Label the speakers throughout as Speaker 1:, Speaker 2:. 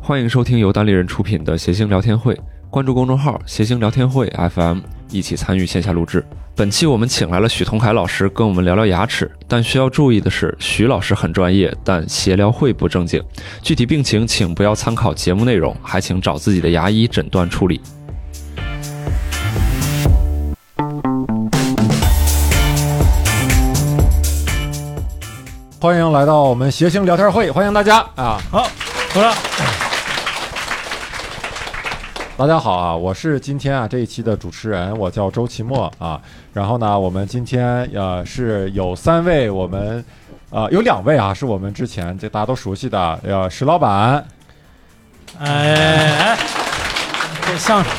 Speaker 1: 欢迎收听由单立人出品的《谐星聊天会》，关注公众号“谐星聊天会 FM”，一起参与线下录制。本期我们请来了许同凯老师跟我们聊聊牙齿，但需要注意的是，许老师很专业，但协聊会不正经。具体病情请不要参考节目内容，还请找自己的牙医诊断处理。
Speaker 2: 欢迎来到我们谐星聊天会，欢迎大家啊！
Speaker 3: 好，鼓掌。
Speaker 2: 大家好啊，我是今天啊这一期的主持人，我叫周奇墨啊。然后呢，我们今天呃是有三位，我们呃有两位啊是我们之前这大家都熟悉的，呃石老板，
Speaker 3: 哎哎，哎这相 声，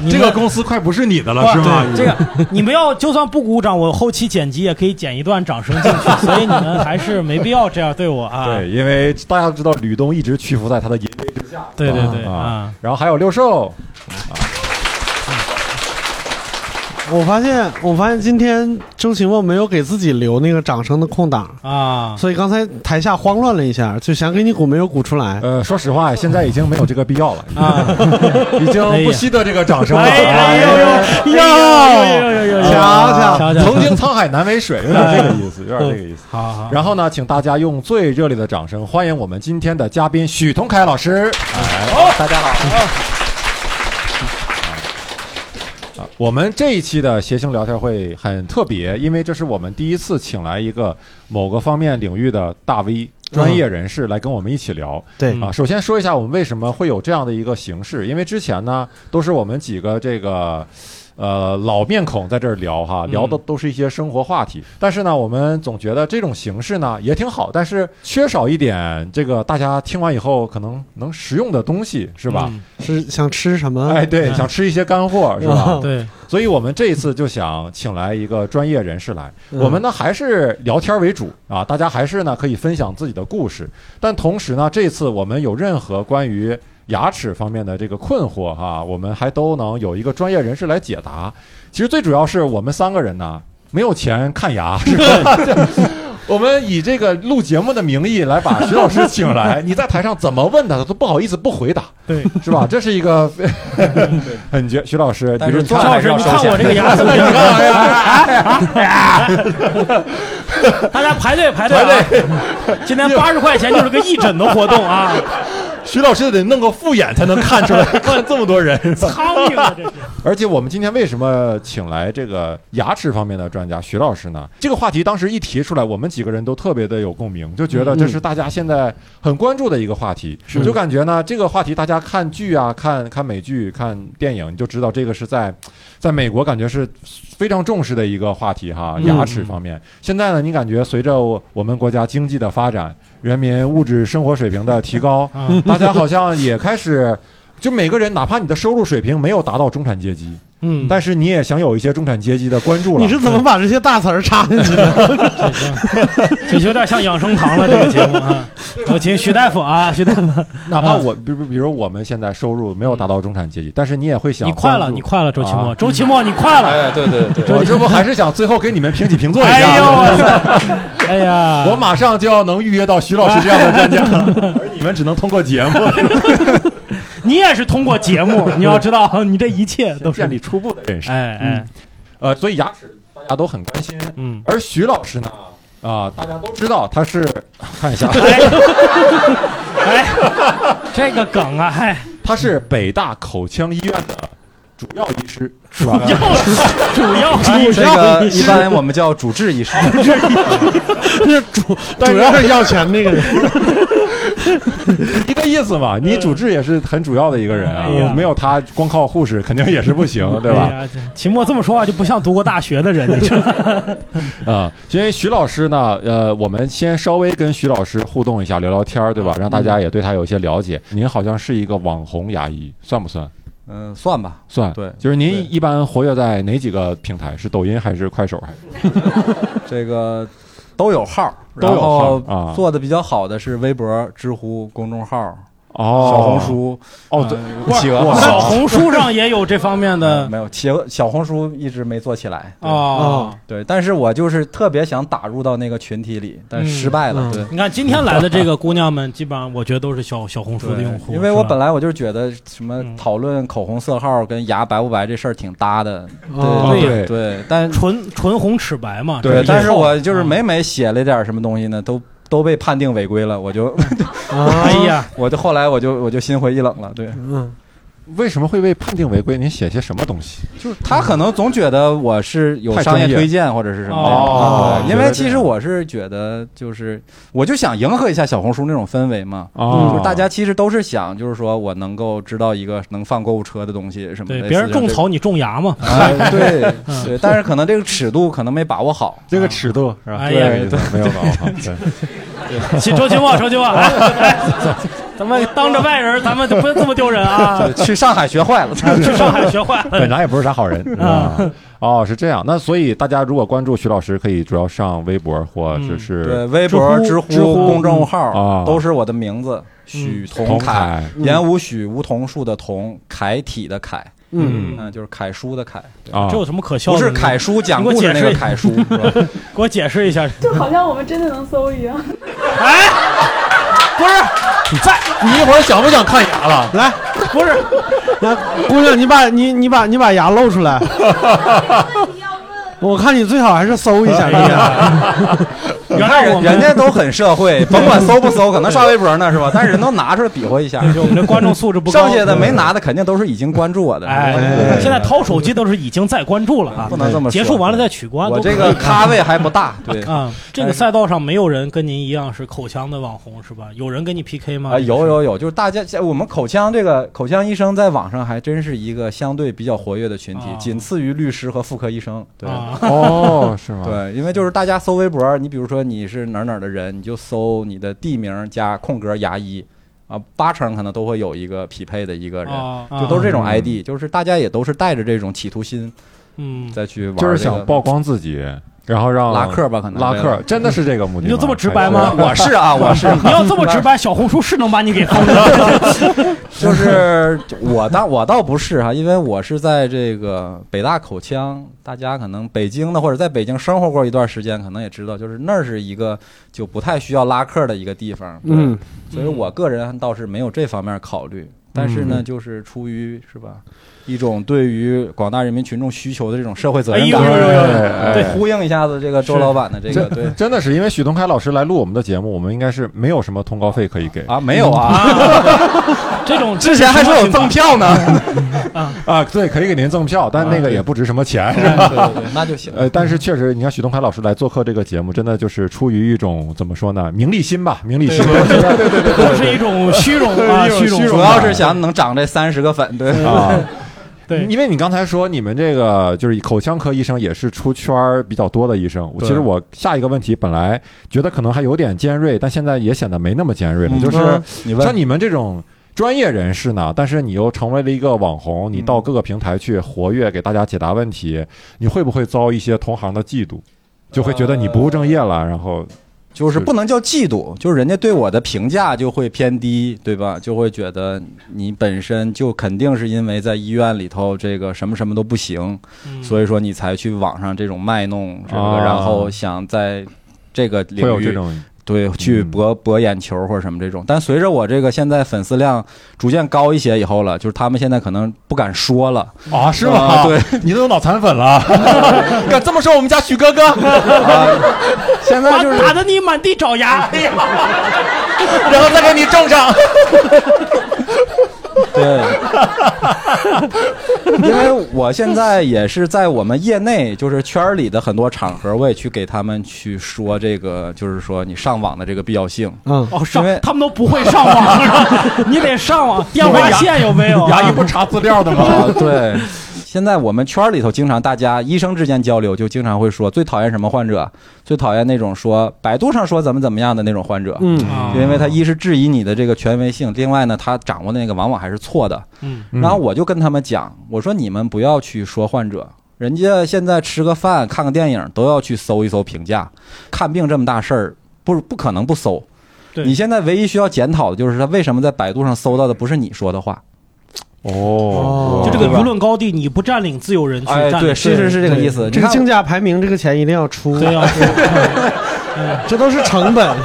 Speaker 3: 你们
Speaker 4: 这个 公司快不是你的了，是吗？
Speaker 3: 这个你们要就算不鼓掌，我后期剪辑也可以剪一段掌声进去，所以你们还 是没必要这样对我啊。
Speaker 2: 对，因为大家都知道吕东一直屈服在他的淫威之下，
Speaker 3: 对对对
Speaker 2: 啊
Speaker 3: 啊，
Speaker 2: 然后还有六兽，
Speaker 5: 我发现，我发现今天周奇墨没有给自己留那个掌声的空档，
Speaker 3: 啊，
Speaker 5: 所以刚才台下慌乱了一下，就想给你鼓没有鼓出来。
Speaker 2: 呃，说实话，现在已经没有这个必要了，
Speaker 3: 啊，
Speaker 2: 已经
Speaker 3: 哎呀
Speaker 2: 不惜得这个掌声了。
Speaker 3: 哎呀哎呀哎
Speaker 2: 啊
Speaker 5: 哟
Speaker 3: 呦呦呦呦，
Speaker 2: 哎瞧
Speaker 3: 瞧
Speaker 2: 瞧，
Speaker 3: 瞧哎嗯
Speaker 2: 曾经沧海难为水，有点这个意思，有点这个意思。
Speaker 3: 好好，
Speaker 2: 然后呢，请大家用最热烈的掌声欢迎我们今天的嘉宾许同凯老师。
Speaker 3: 哎
Speaker 2: 哎好，大家好。啊我们这一期的谐星聊天会很特别，因为这是我们第一次请来一个某个方面领域的大 V
Speaker 3: 嗯
Speaker 2: 专业人士来跟我们一起聊。
Speaker 5: 对
Speaker 2: 啊，首先说一下我们为什么会有这样的一个形式，因为之前呢都是我们几个这个。呃，老面孔在这儿聊哈，
Speaker 3: 嗯
Speaker 2: 聊的都是一些生活话题。但是呢，我们总觉得这种形式呢也挺好，但是缺少一点这个大家听完以后可能能实用的东西，是吧？
Speaker 3: 嗯？
Speaker 5: 是想吃什么？
Speaker 2: 哎，对，
Speaker 3: 嗯
Speaker 2: 想吃一些干货，是吧？
Speaker 3: 对，
Speaker 2: 所以我们这一次就想请来一个专业人士来，
Speaker 5: 嗯
Speaker 2: 我们呢还是聊天为主啊，大家还是呢可以分享自己的故事，但同时呢，这次我们有任何关于牙齿方面的这个困惑哈、我们还都能有一个专业人士来解答。其实最主要是我们三个人呢没有钱看牙，是吧？我们以这个录节目的名义来把徐老师请 来，你在台上怎么问他，他都不好意思不回答，
Speaker 3: 对，
Speaker 2: 是吧？这是一 个 很绝。徐老师，
Speaker 4: 但
Speaker 2: 你
Speaker 4: 是
Speaker 2: 说
Speaker 3: 赵老师，你看我这个 牙怎么样？大家排队排队啊！今天八十块钱就是个义诊的活动 啊！
Speaker 4: 徐老师得弄个复眼才能看 出来，看这么多人。
Speaker 3: 苍蝇啊，这是。
Speaker 2: 而且我们今天为什么请来这个牙齿方面的专家徐老师呢？这个话题当时一提出来，我们几个人都特别的有共鸣，就觉得这
Speaker 3: 嗯
Speaker 2: 是大家现在很关注的一个话题。
Speaker 5: 是
Speaker 2: 就感觉呢，这个话题大家看剧啊、看看美剧、看电影，你就知道这个是在在美国感觉是非常重视的一个话题哈，
Speaker 5: 嗯
Speaker 2: 啊牙齿方面。现在呢，你感觉随着我们国家经济的发展，人民物质生活水平的 提高，
Speaker 3: 嗯
Speaker 2: 大家好像也开始。就每个人，哪怕你的收入水平没有达到中产阶级，
Speaker 3: 嗯，
Speaker 2: 但是你也享有一些中产阶级的关注了。
Speaker 5: 你是怎么把这些大词儿插进去 的？
Speaker 3: 这像 这有点像养生堂了，这个节目 啊。有请徐大夫啊，徐大夫，
Speaker 2: 哪怕我，比如比如我们现在收入没有达到中产阶级，但是你也会想
Speaker 3: 嗯你快了，
Speaker 2: 关注
Speaker 3: 你快了，周奇墨，
Speaker 2: 啊
Speaker 3: 周奇墨，你快 了。
Speaker 1: 哎，对对对
Speaker 2: 我这不还是想最后给你们平起平坐一
Speaker 3: 哎呦
Speaker 2: 下。
Speaker 3: 我操！哎呀，
Speaker 2: 我马上就要能预约到徐老师这样的专家了，
Speaker 4: 而你们只能通过节目
Speaker 3: 你也是通过节 目，你要知道， 你这一切都是
Speaker 2: 建立初步的认识。
Speaker 3: 哎哎
Speaker 2: 呃，所以牙齿大家都很关心，
Speaker 3: 嗯，
Speaker 2: 而徐老师呢，啊，大家都知道他是， 看一下，
Speaker 3: 哎 哎，这个梗啊，哎，
Speaker 2: 他是北大口腔医院的主要医师，是吧？
Speaker 3: 要主要
Speaker 6: 这个一般我们叫主治医师，
Speaker 5: 这 主主要是要钱那个人，
Speaker 2: 一个意思嘛，你主治也是很主要的一个人啊，
Speaker 3: 哎呀
Speaker 2: 没有他，光靠护士肯定也是不行，对吧？
Speaker 3: 哎呀？这秦墨这么说话就不像读过大学的人，你知道吗？
Speaker 2: 啊、因为徐老师呢，呃，我们先稍微跟徐老师互动一下，聊聊天儿，对
Speaker 6: 嗯
Speaker 2: 吧？让大家也对他有一些了解。您好像是一个网红牙医，算不算？
Speaker 6: 嗯，算吧。
Speaker 2: 算，
Speaker 6: 对
Speaker 2: 就
Speaker 6: 对
Speaker 2: 是您一般活跃在哪几个平台？是抖音还是快手？还是
Speaker 6: 这个都有号，
Speaker 2: 都有
Speaker 6: 然
Speaker 2: 号
Speaker 6: 后
Speaker 2: 啊
Speaker 6: 做的比较好的是微博、知乎公众号，
Speaker 2: 哦，
Speaker 6: 小红书
Speaker 2: 哦
Speaker 6: 呃
Speaker 2: 对
Speaker 6: 企鹅
Speaker 2: 哇
Speaker 6: 号
Speaker 3: 小红 书上也有这方面的
Speaker 6: 没有企鹅小红书一直没做起来。对
Speaker 3: 哦。
Speaker 6: 对，但是我就是特别想打入到那个群体里，但失败了。
Speaker 5: 嗯
Speaker 6: 对。
Speaker 3: 你看今天来的这个姑娘们，基本上我觉得都是小小红书的
Speaker 6: 对
Speaker 3: 用户，
Speaker 6: 因为我本
Speaker 3: 来
Speaker 6: 来我就是觉得什么
Speaker 3: 嗯
Speaker 6: 讨论口红色号跟牙白不白这事儿挺搭的，
Speaker 3: 嗯
Speaker 5: 哦
Speaker 6: 对
Speaker 2: 对
Speaker 6: 对，但
Speaker 3: 唇唇红齿白嘛，
Speaker 2: 对
Speaker 3: 啊这哦
Speaker 6: 但是
Speaker 3: 这
Speaker 6: 我就是每每写了点什么东西呢，都都被判定违规了，我就
Speaker 5: 啊
Speaker 3: 哎，呀，
Speaker 6: 我就后来我就我就心灰意冷了。对
Speaker 5: 嗯，
Speaker 2: 为什么会被判定违规？你写些什么东西？
Speaker 6: 他可能总觉得我是有
Speaker 2: 太专
Speaker 6: 商业
Speaker 2: 业
Speaker 6: 推荐或者是什么这种
Speaker 2: 哦
Speaker 6: 对因为其实我是觉得就是我就想迎合一下小红书那种氛围嘛。
Speaker 2: 哦
Speaker 6: 就是大家其实都是想，就是说我能够知道一个能放购物车的东西什么
Speaker 3: 对
Speaker 6: 的。
Speaker 3: 别人
Speaker 6: 类似
Speaker 3: 种
Speaker 6: 这种
Speaker 3: 草你嗯种牙嘛，
Speaker 6: 啊， 对对，但是可能这个尺度可能没把握好。啊
Speaker 2: 这个尺度是吧？
Speaker 3: 哎呀
Speaker 2: 对，没有吧？我对，
Speaker 3: 起周秦望，周秦望，来 来咱们当着外人，咱们就不这么丢人啊！
Speaker 6: 去上海学坏了，
Speaker 3: 去上海学 嗯坏了，
Speaker 2: 本来也不是啥好人啊。哦，是这样。那所以大家如果关注徐老师，可以主要上微博或
Speaker 3: 嗯
Speaker 2: 者啊是
Speaker 6: 嗯对，微博、
Speaker 5: 知
Speaker 6: 知
Speaker 5: 乎知乎
Speaker 6: 公众
Speaker 2: 啊
Speaker 6: 号都是我的名字，
Speaker 3: 嗯
Speaker 6: 许
Speaker 2: 同
Speaker 6: 同凯，
Speaker 2: 凯。
Speaker 6: 言无许，梧桐树的桐，楷体的楷，
Speaker 5: 嗯，
Speaker 6: 嗯，就是楷书的楷，
Speaker 2: 啊
Speaker 3: 这，有什么可笑
Speaker 6: 不
Speaker 3: 的呢？
Speaker 6: 是楷书讲故事那个楷书，是 吧？
Speaker 3: 给我解释一下，
Speaker 7: 就好像我们真的能搜一 样。
Speaker 3: 不是
Speaker 4: 你一会儿想不想看牙了？
Speaker 5: 来，
Speaker 3: 不是，
Speaker 5: 来，姑娘，你把你你把你把牙露出来，我看你最好还是搜一下，姑娘，
Speaker 3: 原来
Speaker 6: 看
Speaker 3: 我
Speaker 6: 人
Speaker 3: 们
Speaker 6: 人家都很 社会，甭管搜不搜，可能刷微博呢，是吧？但是人都拿出来比划一下，
Speaker 3: 就我们这观众素质不高，
Speaker 6: 剩下的没拿的肯定都是已经关注我的，
Speaker 3: 哎，现在掏手机都是已经在关注了啊
Speaker 6: 不，能这么说
Speaker 3: 结束完了再取关。
Speaker 6: 我
Speaker 3: 都可以
Speaker 6: 这个咖位还 不大，对。
Speaker 3: 啊，这个赛道上没有人跟您一样是口腔的网红是吧？有人跟你 PK 吗？
Speaker 6: 啊，有有有，就是大家在我们口腔这个口腔医生在网上还真是一个相对比较活跃的群体
Speaker 3: 啊，
Speaker 6: 仅次于律师和妇科医生。对
Speaker 3: 啊，
Speaker 2: 哦，是吗？
Speaker 6: 对，因为就是大家搜微博，你比如说你是哪儿哪儿的人，你就搜你的地名加空格牙医，啊，八成可能都会有一个匹配的一个人。
Speaker 3: 啊
Speaker 6: 就都是这种
Speaker 2: 嗯
Speaker 6: ID，就是大家也都是带着这种企图心
Speaker 3: 嗯，
Speaker 6: 再去玩、这
Speaker 2: 就
Speaker 6: 个，
Speaker 2: 是想曝光自己，然后让
Speaker 6: 拉客吧，可能
Speaker 2: 拉
Speaker 6: 为
Speaker 2: 客
Speaker 6: 了。，
Speaker 2: 真的是这个目的
Speaker 3: 你
Speaker 2: 吗？
Speaker 3: 就这么直白吗
Speaker 6: 我是啊，我是啊，
Speaker 3: 你要这么直白， 小红书是能把你给封了。
Speaker 6: 就是我倒我倒不是哈、因为我是在这个北大口腔，大家可能北京的或者在北京生活过一段时间，可能也知道，就是那儿是一个就不太需要拉客的一个地方，对
Speaker 5: 嗯，
Speaker 6: 所以我个人倒是没有这方面考虑。但是呢，就是出于是吧，一种对于广大人民群众需求的这种社会责
Speaker 3: 哎
Speaker 6: 任
Speaker 3: 呦
Speaker 6: 感，
Speaker 3: 呦呦
Speaker 2: 哎
Speaker 3: 呦！
Speaker 2: 哎
Speaker 6: 对，呼应一下子这个周
Speaker 3: 是
Speaker 6: 老板的这个对
Speaker 2: 真的是因为许东开老师来录我们的节目，我们应该是没有什么通告费可以给
Speaker 6: 啊，没有啊，
Speaker 3: 这种
Speaker 4: 之前还说有赠
Speaker 3: 赠
Speaker 4: 票呢，
Speaker 2: 啊，对，可以给您赠票，但那个也不值什么钱，是吧？
Speaker 6: 对对对，那就行。
Speaker 2: 呃，但是确实，你看许东凯老师来做客这个节目，真的就是出于一种怎么说呢，名利心吧，名利心。
Speaker 3: 都是一种虚荣啊，
Speaker 2: 对
Speaker 3: 虚
Speaker 2: 一种
Speaker 3: 荣。
Speaker 2: 虚
Speaker 6: 主
Speaker 2: 荣
Speaker 6: 要是想能长这三十个粉，对，
Speaker 2: 啊，
Speaker 3: 对
Speaker 2: 因为你刚才说你们这个就是口腔科医生也是出圈儿比较多的医生。我其实我下一个问题本来觉得可能还有点尖锐，但现在也显得没那么尖锐了，
Speaker 6: 嗯
Speaker 2: 就是
Speaker 5: 嗯
Speaker 6: 你
Speaker 2: 像你们这种专业人士呢，但是你又成为了一个网红，你到各个平台去活跃，给大家解答问题，你会不会遭一些同行的嫉妒？就会觉得你不务正业了，然后
Speaker 6: 就是不能叫嫉妒，就是人家对我的评价就会偏低，对吧？就会觉得你本身就肯定是因为在医院里头这个什么什么都不行，
Speaker 3: 嗯
Speaker 6: 所以说你才去网上这种卖弄，这
Speaker 2: 啊
Speaker 6: 个然后想在这个领
Speaker 2: 会有这
Speaker 6: 域
Speaker 2: 种
Speaker 6: 对去
Speaker 2: 嗯
Speaker 6: 博博眼球或者什么这种。但随着我这个现在粉丝量逐渐高一些以后了，就是他们现在可能不敢说了，
Speaker 4: 啊，是吗？
Speaker 6: 啊 对，
Speaker 4: 你都有脑残粉了，敢这么说我们家许哥哥？
Speaker 6: 现在
Speaker 3: 打
Speaker 6: 就是
Speaker 3: 打的你满地找 牙，哎呀，
Speaker 4: 然后再给你种上。
Speaker 6: 对， 因为我现在也是在我们业内，就是圈儿里的很多场合，我也去给他们去说这个，就是说你上网的这个必要性。
Speaker 5: 嗯，
Speaker 3: 哦上
Speaker 6: 因为
Speaker 3: 他们都不会上网了，你得上网，电话线有没有啊？哦
Speaker 4: 牙医不查资料 的吗？
Speaker 6: 啊，对。现在我们圈儿里头经常大家医生之间交流，就经常会说最讨厌什么患者，最讨厌那种说百度上说怎么怎么样的那种患者，
Speaker 5: 嗯
Speaker 3: 啊
Speaker 6: 就因为他一是质疑你的这个权威性，另外呢，他掌握的那个往往还是错的。
Speaker 3: 嗯
Speaker 6: 然后我就跟他们讲，我说你们不要去说患者，人家现在吃个饭、看个电影都要去搜一搜评价，看病这么大事儿，不不可能不搜。
Speaker 3: 对
Speaker 6: 你现在唯一需要检讨的就是他为什么在百度上搜到的不是你说的话。
Speaker 2: 哦
Speaker 3: 就这个
Speaker 6: 对吧
Speaker 3: 舆论高地，你不占领自由人区，
Speaker 6: 哎，
Speaker 3: 占
Speaker 6: 对，
Speaker 3: 领
Speaker 6: 是是是这个意思。
Speaker 5: 这个
Speaker 6: 你看
Speaker 5: 竞价排名，这个钱一定要出，
Speaker 3: 对啊，
Speaker 5: 这都是成本。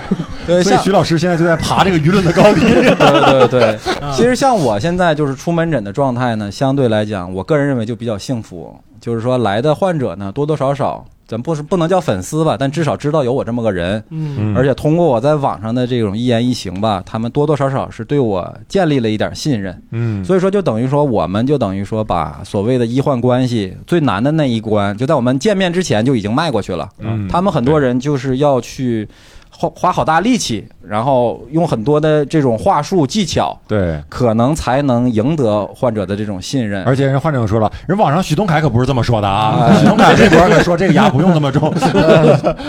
Speaker 6: 对，
Speaker 2: 所以
Speaker 6: 像
Speaker 2: 徐老师现在就在爬这个舆论的高 啊地。
Speaker 6: 对对对，
Speaker 3: 嗯
Speaker 6: 其实像我现在就是出门诊的状态呢，相对来讲，我个人认为就比较幸福，就是说来的患者呢多多少少，咱不是不能叫粉丝吧，但至少知道有我这么个人，
Speaker 3: 嗯，
Speaker 6: 而且通过我在网上的这种一言一行吧，他们多多少少是对我建立了一点信任，
Speaker 2: 嗯
Speaker 6: 所以说就等于说我们就等于说把所谓的医患关系最难的那一关，就在我们见面之前就已经迈过去了。
Speaker 2: 嗯
Speaker 6: 他们很多人就是要去花花好大力气，然后用很多的这种话术技巧，
Speaker 2: 对，
Speaker 6: 可能才能赢得患者的这种信任。
Speaker 2: 而且人患者说了，人网上许东凯可不是这么说的 啊，
Speaker 6: 哎
Speaker 2: 许东凯这边可说这个牙不用那么重。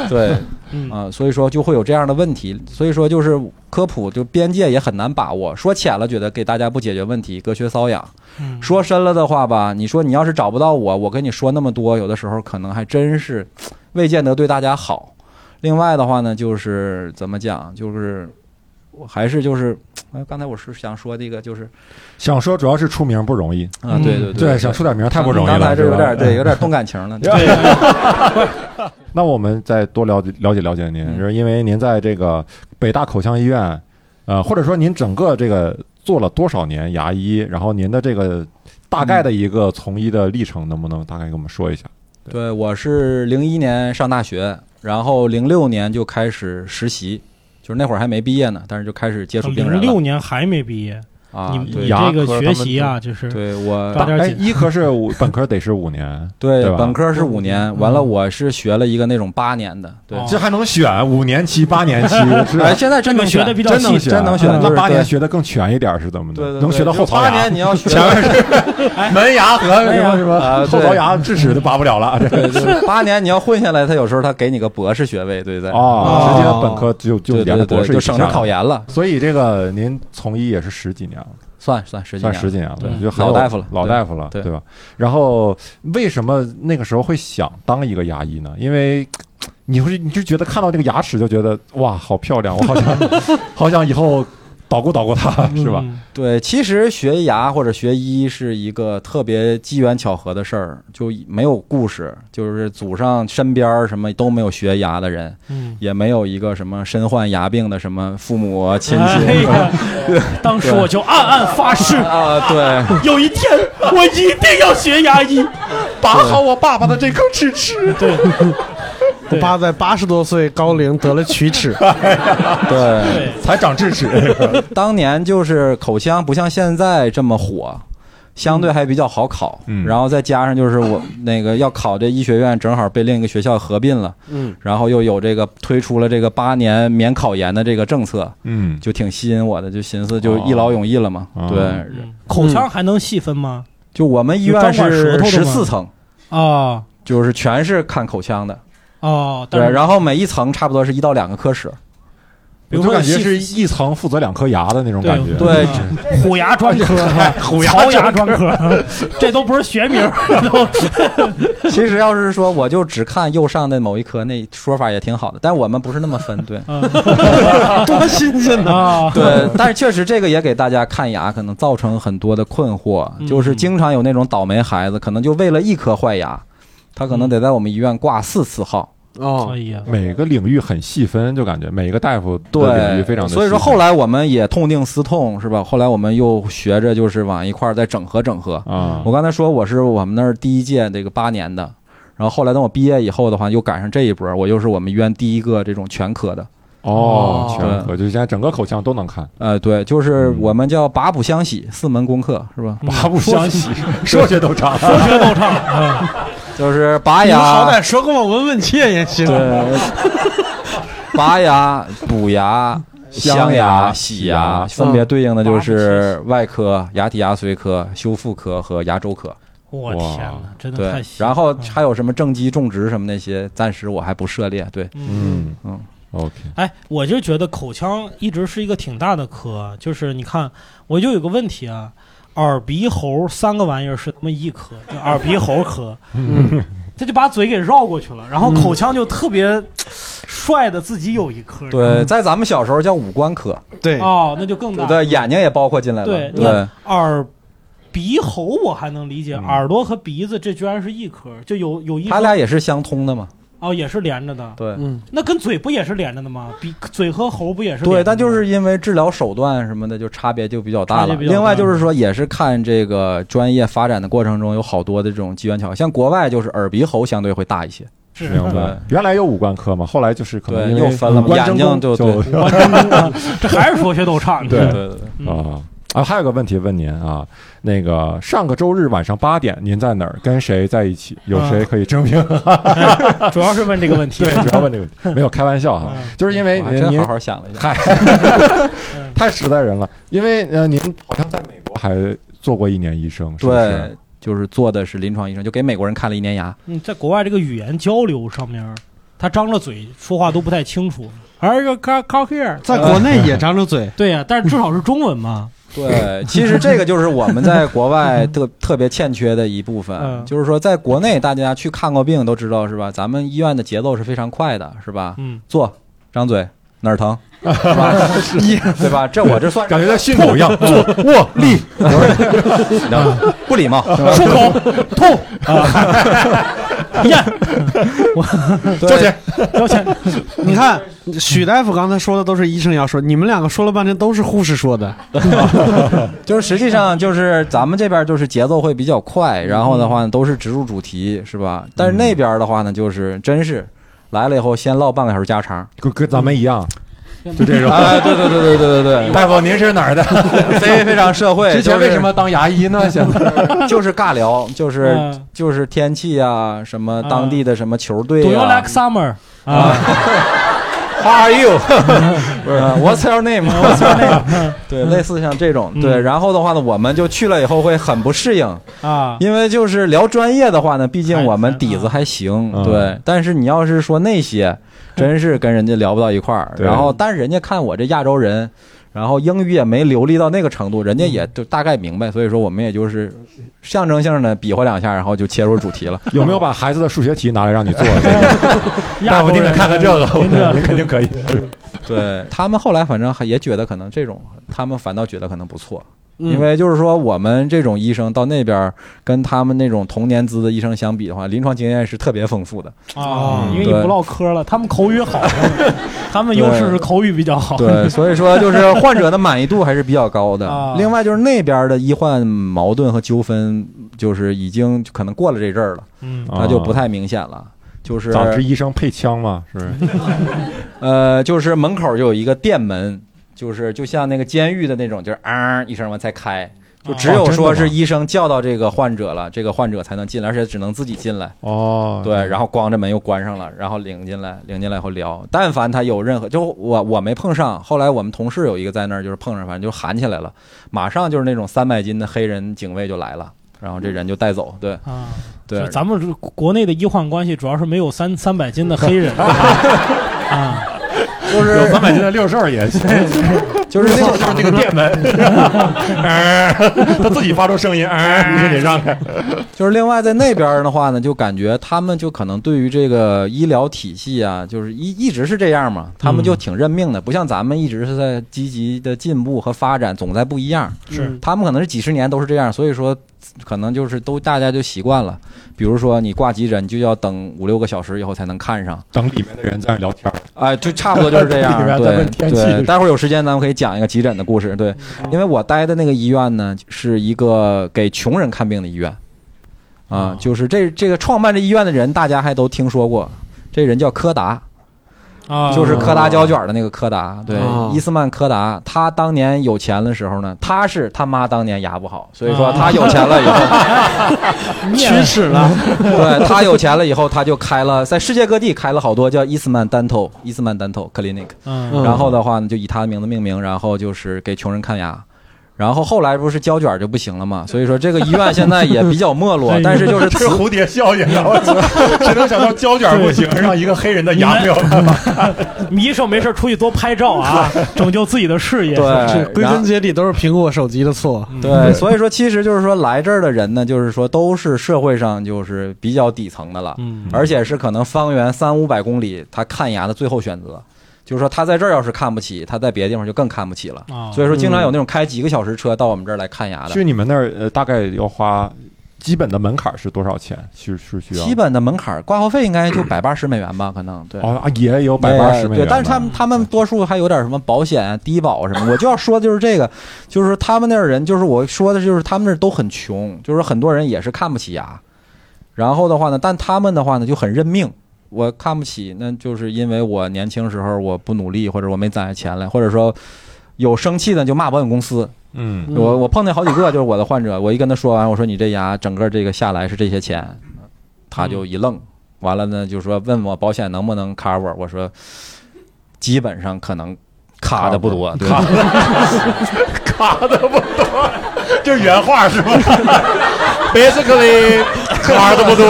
Speaker 6: 对，啊、
Speaker 3: 嗯
Speaker 6: 所以说就会有这样的问题。所以说就是科普，就边界也很难把握。说浅了，觉得给大家不解决问题，隔靴搔痒；
Speaker 3: 嗯
Speaker 6: 说深了的话吧，你说你要是找不到我，我跟你说那么多，有的时候可能还真是未见得对大家好。另外的话呢，就是怎么讲，就是我还是就是，哎，刚才我是想说这个，就是
Speaker 2: 想说主要是出名不容易，嗯
Speaker 6: 啊，对对
Speaker 2: 对，想出点名太不容易了。
Speaker 6: 刚才这有
Speaker 2: 是
Speaker 6: 点
Speaker 2: 吧嗯
Speaker 6: 对，有点动感情 了。
Speaker 2: 那我们再多了解了解了解您，
Speaker 6: 嗯
Speaker 2: 就是因为您在这个北大口腔医院，呃，或者说您整个这个做了多少年牙医，然后您的这个大概的一个从医的历程，能不能大概给我们说一下？
Speaker 6: 对，我是零一年上大学，然后零六年就开始实习，就是那会儿还没毕业呢，但是就开始接触病
Speaker 3: 零
Speaker 6: 人
Speaker 3: 六
Speaker 6: 了
Speaker 3: 年还没毕业，
Speaker 6: 啊
Speaker 3: 你。
Speaker 6: 对
Speaker 3: 你
Speaker 2: 牙
Speaker 3: 这个
Speaker 2: 科
Speaker 3: 学
Speaker 2: 他们
Speaker 3: 习啊，就是
Speaker 6: 对我
Speaker 3: 抓点
Speaker 2: 哎，
Speaker 3: 紧
Speaker 2: 医科是五本科得是 五年，
Speaker 6: 对
Speaker 2: 对吧
Speaker 6: 本科是五年，完了我是学了一个那种八年的，对。
Speaker 3: 哦
Speaker 2: 这还能选五年期、八年 期，是吧
Speaker 6: 哎，现在
Speaker 3: 这
Speaker 6: 真能
Speaker 3: 个学
Speaker 6: 选
Speaker 3: 的比较
Speaker 2: 真
Speaker 3: 细
Speaker 2: 能
Speaker 3: 致
Speaker 2: 选，
Speaker 6: 真能选
Speaker 2: 啊
Speaker 6: 就是
Speaker 2: 那八
Speaker 6: 对
Speaker 2: 年学的更全一点是怎么
Speaker 6: 对对
Speaker 2: 的？
Speaker 6: 对
Speaker 2: 能学到后
Speaker 6: 就是
Speaker 2: 槽
Speaker 6: 八
Speaker 2: 牙
Speaker 6: 年，你要学
Speaker 2: 前面是
Speaker 6: 哎
Speaker 2: 门牙和什么什
Speaker 6: 哎
Speaker 2: 么
Speaker 6: 呀
Speaker 2: 后槽牙、智齿都拔不了了。这
Speaker 6: 对就是八年，你要混下来，他有时候他给你个博士学位，对不对？
Speaker 2: 哦，直接
Speaker 5: 哦
Speaker 2: 本科就就
Speaker 6: 啊对对
Speaker 2: 连着
Speaker 6: 对，
Speaker 2: 博士
Speaker 6: 就省着考
Speaker 2: 研。
Speaker 6: 研了，
Speaker 2: 所以这个您从医也是十几年了，
Speaker 6: 算算十几
Speaker 2: 算
Speaker 6: 年
Speaker 2: 十
Speaker 6: 了。
Speaker 2: 几年了，
Speaker 3: 对
Speaker 2: 就很有
Speaker 6: 老大夫了
Speaker 2: 老
Speaker 6: 对
Speaker 2: 大夫了，
Speaker 6: 对
Speaker 2: 吧？然后为什么那个时候会想当一个牙医呢？因为你会你就觉得看到这个牙齿就觉得哇，好漂亮，我好 想好想以后捣鼓捣鼓它，是吧？？
Speaker 3: 嗯
Speaker 6: 对，其实学牙或者学医是一个特别机缘巧合的事儿，就没有故事，就是祖上身边儿什么都没有学牙的人，
Speaker 3: 嗯，
Speaker 6: 也没有一个什么身患牙病的什么父母啊亲
Speaker 3: 哎
Speaker 6: 戚
Speaker 3: 呀，当时我就暗暗发誓，
Speaker 6: 啊，对。
Speaker 3: 有一天我一定要学牙 医。
Speaker 2: 拔好我爸爸的这颗智齿，
Speaker 3: 对，
Speaker 5: 我爸在八十多岁高龄得了龋 齿，
Speaker 6: 对，
Speaker 2: 才长智齿。
Speaker 6: 当年就是口腔不像现在这么火，相对还比较好考。
Speaker 2: 嗯
Speaker 6: 然后再加上就是我那个要考这医学院，正好被另一个学校合并了，
Speaker 5: 嗯，
Speaker 6: 然后又有这个推出了这个八年免考研的这个政策，
Speaker 2: 嗯，
Speaker 6: 就挺吸引我的，就寻思就一劳永逸了嘛。
Speaker 2: 哦
Speaker 6: 对，
Speaker 3: 口腔还能细分吗？
Speaker 6: 就我们医院是十四层，
Speaker 3: 啊
Speaker 6: 就是全是看口腔的。
Speaker 3: 哦，
Speaker 6: 对
Speaker 3: 但，是
Speaker 6: 然后每一层差不多是一到两个科室。
Speaker 3: 比如
Speaker 2: 我就
Speaker 3: 说
Speaker 2: 感觉
Speaker 3: 细
Speaker 2: 是一层负责两颗牙的那种感觉。
Speaker 6: 对
Speaker 3: 嗯虎牙专科、
Speaker 2: 虎牙
Speaker 3: 槽牙专科， 这都不是学名， 都
Speaker 6: 其实要是说我就只看右上的某一科，那说法也挺好的。但我们不是那么分，对。
Speaker 3: 嗯
Speaker 5: 多 新鲜呐！
Speaker 3: 啊，
Speaker 6: 对，但是确实这个也给大家看牙可能造成很多的困惑，
Speaker 3: 嗯
Speaker 6: 就是经常有那种倒霉孩子，可能就为了一颗坏牙，他可能得在我们医院挂四次号。
Speaker 5: 哦
Speaker 3: 哎，
Speaker 6: 啊
Speaker 3: 呀，
Speaker 2: 每个领域很细分，就感觉每个大夫的领域
Speaker 6: 对，
Speaker 2: 非常的。
Speaker 6: 所以说后来我们也痛定思痛，是吧？后来我们又学着就是往一块儿再整合整合。
Speaker 2: 啊，
Speaker 6: 我刚才说我是我们那儿第一届这个八年的，然后后来等我毕业以后的话，又赶上这一波，我又是我们医院第一个这种全科的。
Speaker 2: 哦，
Speaker 5: 哦
Speaker 2: 全科就现在整个口腔都能看，
Speaker 6: 呃，对，就是我们叫八不相喜，四门功课是吧？
Speaker 2: 拔不相惜，数学都差。
Speaker 3: 科学都 差，
Speaker 6: 就是拔
Speaker 5: 你
Speaker 6: 牙，
Speaker 5: 们好歹说跟我问问切也行。
Speaker 6: 对，拔牙、 补牙、镶牙、洗牙，嗯分别对应的就是外科、牙体牙髓科、修复科和牙周科。
Speaker 3: 我
Speaker 2: 哇
Speaker 3: 天哪，真的
Speaker 6: 对
Speaker 3: 太，细。
Speaker 6: 然后还有什么正畸种植什么那些，暂时我还不涉猎。对，
Speaker 3: 嗯。
Speaker 2: 嗯
Speaker 6: 嗯
Speaker 2: ，OK，
Speaker 3: 哎，我就觉得口腔一直是一个挺大的科，啊就是你看，我就有个问题啊，耳鼻喉三个玩意儿是他妈一科，就耳鼻喉科。他就把嘴给绕过去了，然后
Speaker 5: 嗯
Speaker 3: 口腔就特别帅的自己有一颗。
Speaker 6: 对，在咱们小时候叫五官科，
Speaker 5: 对，
Speaker 3: 哦，那就更大。
Speaker 6: 对，眼睛也包括进来了，
Speaker 3: 对
Speaker 6: 对，
Speaker 3: 耳、鼻、喉我还能理解，耳朵和鼻子这居然是一颗，就有有一
Speaker 6: 它俩也是相通的嘛，
Speaker 3: 哦也是连着的，
Speaker 6: 对。
Speaker 5: 嗯，
Speaker 3: 那跟嘴不也是连着的吗？鼻嘴和喉不也是连着
Speaker 6: 对，
Speaker 3: 的吗？
Speaker 6: 但就是因为治疗手段什么的，就差别就比较大
Speaker 3: 差
Speaker 6: 了。
Speaker 3: 别比较大
Speaker 6: 另外就是说，也是看这个专业发展的过程中，有好多的这种机缘巧合。像国外就是耳鼻喉相对会大一些，
Speaker 3: 是
Speaker 2: 明白。原来有五官科嘛，后来就是可能
Speaker 6: 对，
Speaker 2: 因
Speaker 6: 又
Speaker 2: 为
Speaker 6: 分了嘛，
Speaker 2: 五官
Speaker 6: 眼
Speaker 2: 争
Speaker 6: 睛
Speaker 2: 功
Speaker 6: 就对
Speaker 2: 就
Speaker 6: 对
Speaker 3: 这还是说学逗唱。
Speaker 2: 对
Speaker 6: 对对。
Speaker 3: 嗯
Speaker 2: 啊啊，还有个问题问您啊，那个上个周日晚上八点您在哪儿？跟谁在一起？有谁可以证明？
Speaker 3: 嗯 主要是问这个问题。
Speaker 2: 对，主要问这个问题，没有开玩笑哈，
Speaker 3: 嗯
Speaker 2: 就是因为
Speaker 6: 我还
Speaker 2: 您
Speaker 6: 真
Speaker 2: 您
Speaker 6: 好好想了一下，
Speaker 2: 嗨， 太实在人了，因为呃您好像在美国还做过一年医生，是不是？
Speaker 6: 对，就是做的是临床医生，就给美国人看了一年牙。
Speaker 3: 嗯，在国外这个语言交流上面，他张着嘴说话都不太清楚，而这 c a l here，
Speaker 5: 在国内也张着嘴，
Speaker 3: 对呀、但是至少是中文嘛。
Speaker 6: 对，其实这个就是我们在国外 特特别欠缺的一部分，
Speaker 3: 嗯
Speaker 6: 就是说在国内大家去看过病都知道是吧？咱们医院的节奏是非常快的，是吧？
Speaker 3: 嗯，
Speaker 6: 坐，张嘴，哪 儿疼，是吧？一 对吧？这我这算
Speaker 2: 感
Speaker 6: 是
Speaker 2: 觉在训狗 一样，嗯坐卧立，
Speaker 6: 你知道吗 不礼貌。
Speaker 3: 出口 痛， 啊咽
Speaker 2: 交钱。
Speaker 3: 交 钱。
Speaker 5: 你看许大夫刚才说的都是医生要说，你们两个说了半天都是护士说 的，
Speaker 6: 就是实际上就是咱们这边就是节奏会比较快，然后的话呢都是植入主题，是吧？但是那边的话呢，就是真是来了以后先唠半个小时家常。
Speaker 2: 跟跟咱们一样，就 这种。
Speaker 6: 哎，对对对对对对
Speaker 2: 大夫，哦您是哪儿的？
Speaker 6: 对，非 非常社会。
Speaker 2: 之前
Speaker 6: 就是
Speaker 2: 为什么当牙医 呢？现在
Speaker 6: 就是尬聊，就是、
Speaker 3: 嗯
Speaker 6: 就是天气啊，什么当地的什么球队
Speaker 3: Do you
Speaker 6: 啊
Speaker 3: like。summer？啊，
Speaker 6: How are you？不是呃 What's your name？What's your name？对， 类似像这种
Speaker 3: 嗯
Speaker 6: 对，然后的话呢，我们就去了以后会很不适应，
Speaker 3: 啊，
Speaker 6: 因为就是聊专业的话呢，毕竟我们
Speaker 3: 还
Speaker 6: 底子还行
Speaker 2: 嗯，
Speaker 6: 对。但是你要是说那些，真是跟人家聊不到一块儿。
Speaker 2: 对
Speaker 6: 然后，但是人家看我这亚洲人，然后英语也没流利到那个程度，
Speaker 2: 嗯
Speaker 6: 人家也就大概明白。所以说，我们也就是象征性的比划两下，然后就切入主题了。嗯
Speaker 2: 有没有把孩子的数学题拿来让你做？
Speaker 3: 亚洲人您这
Speaker 2: 您肯定可以。
Speaker 6: 对他们后来反正还也觉得可能这种，他们反倒觉得可能不错，
Speaker 5: 嗯
Speaker 6: 因为就是说我们这种医生到那边儿跟他们那种同年资的医生相比的话，临床经验是特别丰富的。
Speaker 2: 嗯
Speaker 3: 啊，因为你
Speaker 6: 对
Speaker 3: 不唠嗑了，他们口语好，他们优势是口语比较好。
Speaker 6: 对，所以说就是患者的满意度还是比较高
Speaker 3: 啊
Speaker 6: 的。另外就是那边的医患矛盾和纠纷，就是已经可能过了这阵儿了，
Speaker 3: 嗯，
Speaker 6: 那就不太明显了。就是
Speaker 2: 早知医生配枪嘛，是不是？
Speaker 6: 呃，就是门口就有一个店门，就是就像那个监狱的那种，就是啊一声完才开。就只
Speaker 2: 哦
Speaker 6: 有
Speaker 2: 真的
Speaker 6: 说
Speaker 2: 吗
Speaker 6: 是医生叫到这个患者了，这个患者才能进来，而且只能自己进来。
Speaker 2: 哦，
Speaker 6: 对，然后咣这门又关上了，然后领进来，领进来以后聊。但凡他有任何，就我我没碰上，后来我们同事有一个在那儿就是碰上，反正就喊起来了，马上就是那种三百斤的黑人警卫就来了，然后这人就带走。对
Speaker 3: 啊，
Speaker 6: 对
Speaker 3: 就，咱们这国内的医患关系主要是没有三三百斤的黑 人啊，
Speaker 6: 就是
Speaker 2: 有三百斤的六兽 也行，
Speaker 6: 就是那种
Speaker 2: 就是那个电门， 他自己发出声音，
Speaker 6: 哎
Speaker 2: 你就得让开。
Speaker 6: 就是另外在那边儿的话呢，就感觉他们就可能对于这个医疗体系啊，就是一一直是这样嘛，他们就挺认命的，不像咱们一直是在积极的进步和发展，总在不一样。
Speaker 3: 是
Speaker 6: 他们可能是几十年都是这样，所以说可能就是都大家就习惯了。比如说你挂急诊，你就要等五六个小时以后才能看上，
Speaker 2: 等里面的人在那聊天儿，
Speaker 6: 哎，就差不多就是这
Speaker 2: 里
Speaker 6: 样。
Speaker 2: 边在
Speaker 6: 对
Speaker 2: 问天气是
Speaker 6: 对，
Speaker 2: 嗯吧
Speaker 6: 待会儿有时间咱们可以讲一个急诊的故事。对，因为我待的那个医院呢，是一个给穷人看病的医院，啊，就是这这个创办这医院的人，大家还都听说过。这人叫柯达，
Speaker 3: 啊，
Speaker 6: 就是柯达胶卷的那个柯达，对
Speaker 5: 哦，
Speaker 6: 伊斯曼柯达。他当年有钱的时候呢，他是他妈当年牙不好，所以说
Speaker 2: 啊
Speaker 6: 他有钱 了以后，
Speaker 5: 驱
Speaker 3: 面
Speaker 5: 使了，
Speaker 6: 对他有钱了以后，他就开了在世界各地开了好多叫伊斯曼丹头、伊斯曼丹头 clinic，
Speaker 3: 嗯
Speaker 5: 嗯
Speaker 6: 然后的话呢，就以他的名字命名，然后就是给穷人看牙。然后后来不是胶卷就不行了嘛，所以说这个医院现在也比较没落
Speaker 3: 哎，呦
Speaker 6: 但是就是
Speaker 4: 这
Speaker 6: 慈
Speaker 4: 蝴蝶效应啊！我操 谁能想到胶卷不行，让一个黑人的牙没有办法？
Speaker 3: 医生没事出去多拍照 啊，拯救自己的事业。
Speaker 6: 对，
Speaker 5: 这归
Speaker 6: 然后
Speaker 5: 根
Speaker 6: 嗯
Speaker 5: 结底都是苹果手机的错。
Speaker 6: 对，所以说其实就是说来这儿的人呢，就是说都是社会上就是比较底层的了，
Speaker 3: 嗯，
Speaker 6: 而且是可能方圆三五百公里他看牙的最后选择，就是说他在这儿要是看不起，他在别的地方就更看不起了。
Speaker 3: 啊，
Speaker 6: 所以说经常有那种开几个小时车到我们这儿来看牙的，
Speaker 2: 去你们那儿呃，大概要花基本的门槛是多少钱？是是需要
Speaker 6: 基本的门槛儿挂号费应该就百八十美元吧，可能对。
Speaker 2: 哦啊，也有百八十美元
Speaker 6: 对，
Speaker 2: 吧，
Speaker 6: 但是他们他们多数还有点什么保险啊、低保啊什么。我就要说的就是这个，就是他们那儿人，就是我说的就是他们那儿都很穷，就是很多人也是看不起牙。然后的话呢，但他们的话呢就很认命。我看不起，那就是因为我年轻时候我不努力，或者我没攒下钱来，或者说有生气的就骂保险公司。
Speaker 2: 嗯
Speaker 5: 嗯
Speaker 6: 我我碰见好几个就是我的患者，我一跟他说完，我说你这牙整个这个下来是这些钱，他就一愣，完了呢就说问我保险能不能 cover，我说基本上可能卡的不多，对吧
Speaker 4: 卡的不多，这是原话 是吧？Basically，卡的不 多。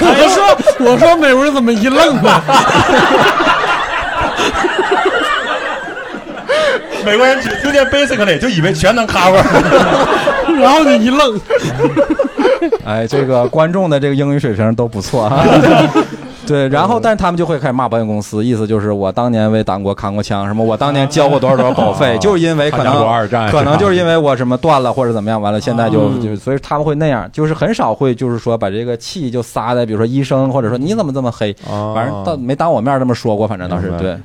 Speaker 6: 哎
Speaker 5: 我说我说美国人怎么一愣呢？
Speaker 4: 美国人只听见 basically 就以为全能 cover。
Speaker 5: 然后你一愣，
Speaker 6: 哎，这个观众的这个英语水平都不错哈。对，然后但是他们就会开始骂保险公司，意思就是我当年为党国扛过枪，什么我当年交过多少多少保
Speaker 2: 哦
Speaker 6: 费，就是因为可
Speaker 2: 参加
Speaker 6: 能
Speaker 2: 过二战
Speaker 6: 可能就是因
Speaker 2: 为
Speaker 6: 为我什么断了或者怎么样，完了现在就
Speaker 5: 嗯
Speaker 6: 就所以他们会那样，就是很少会就是说把这个气就撒在比如说医生或者说你怎么这么黑，反正倒没当我面这么说过，反正倒是
Speaker 2: 哦明白
Speaker 6: 对。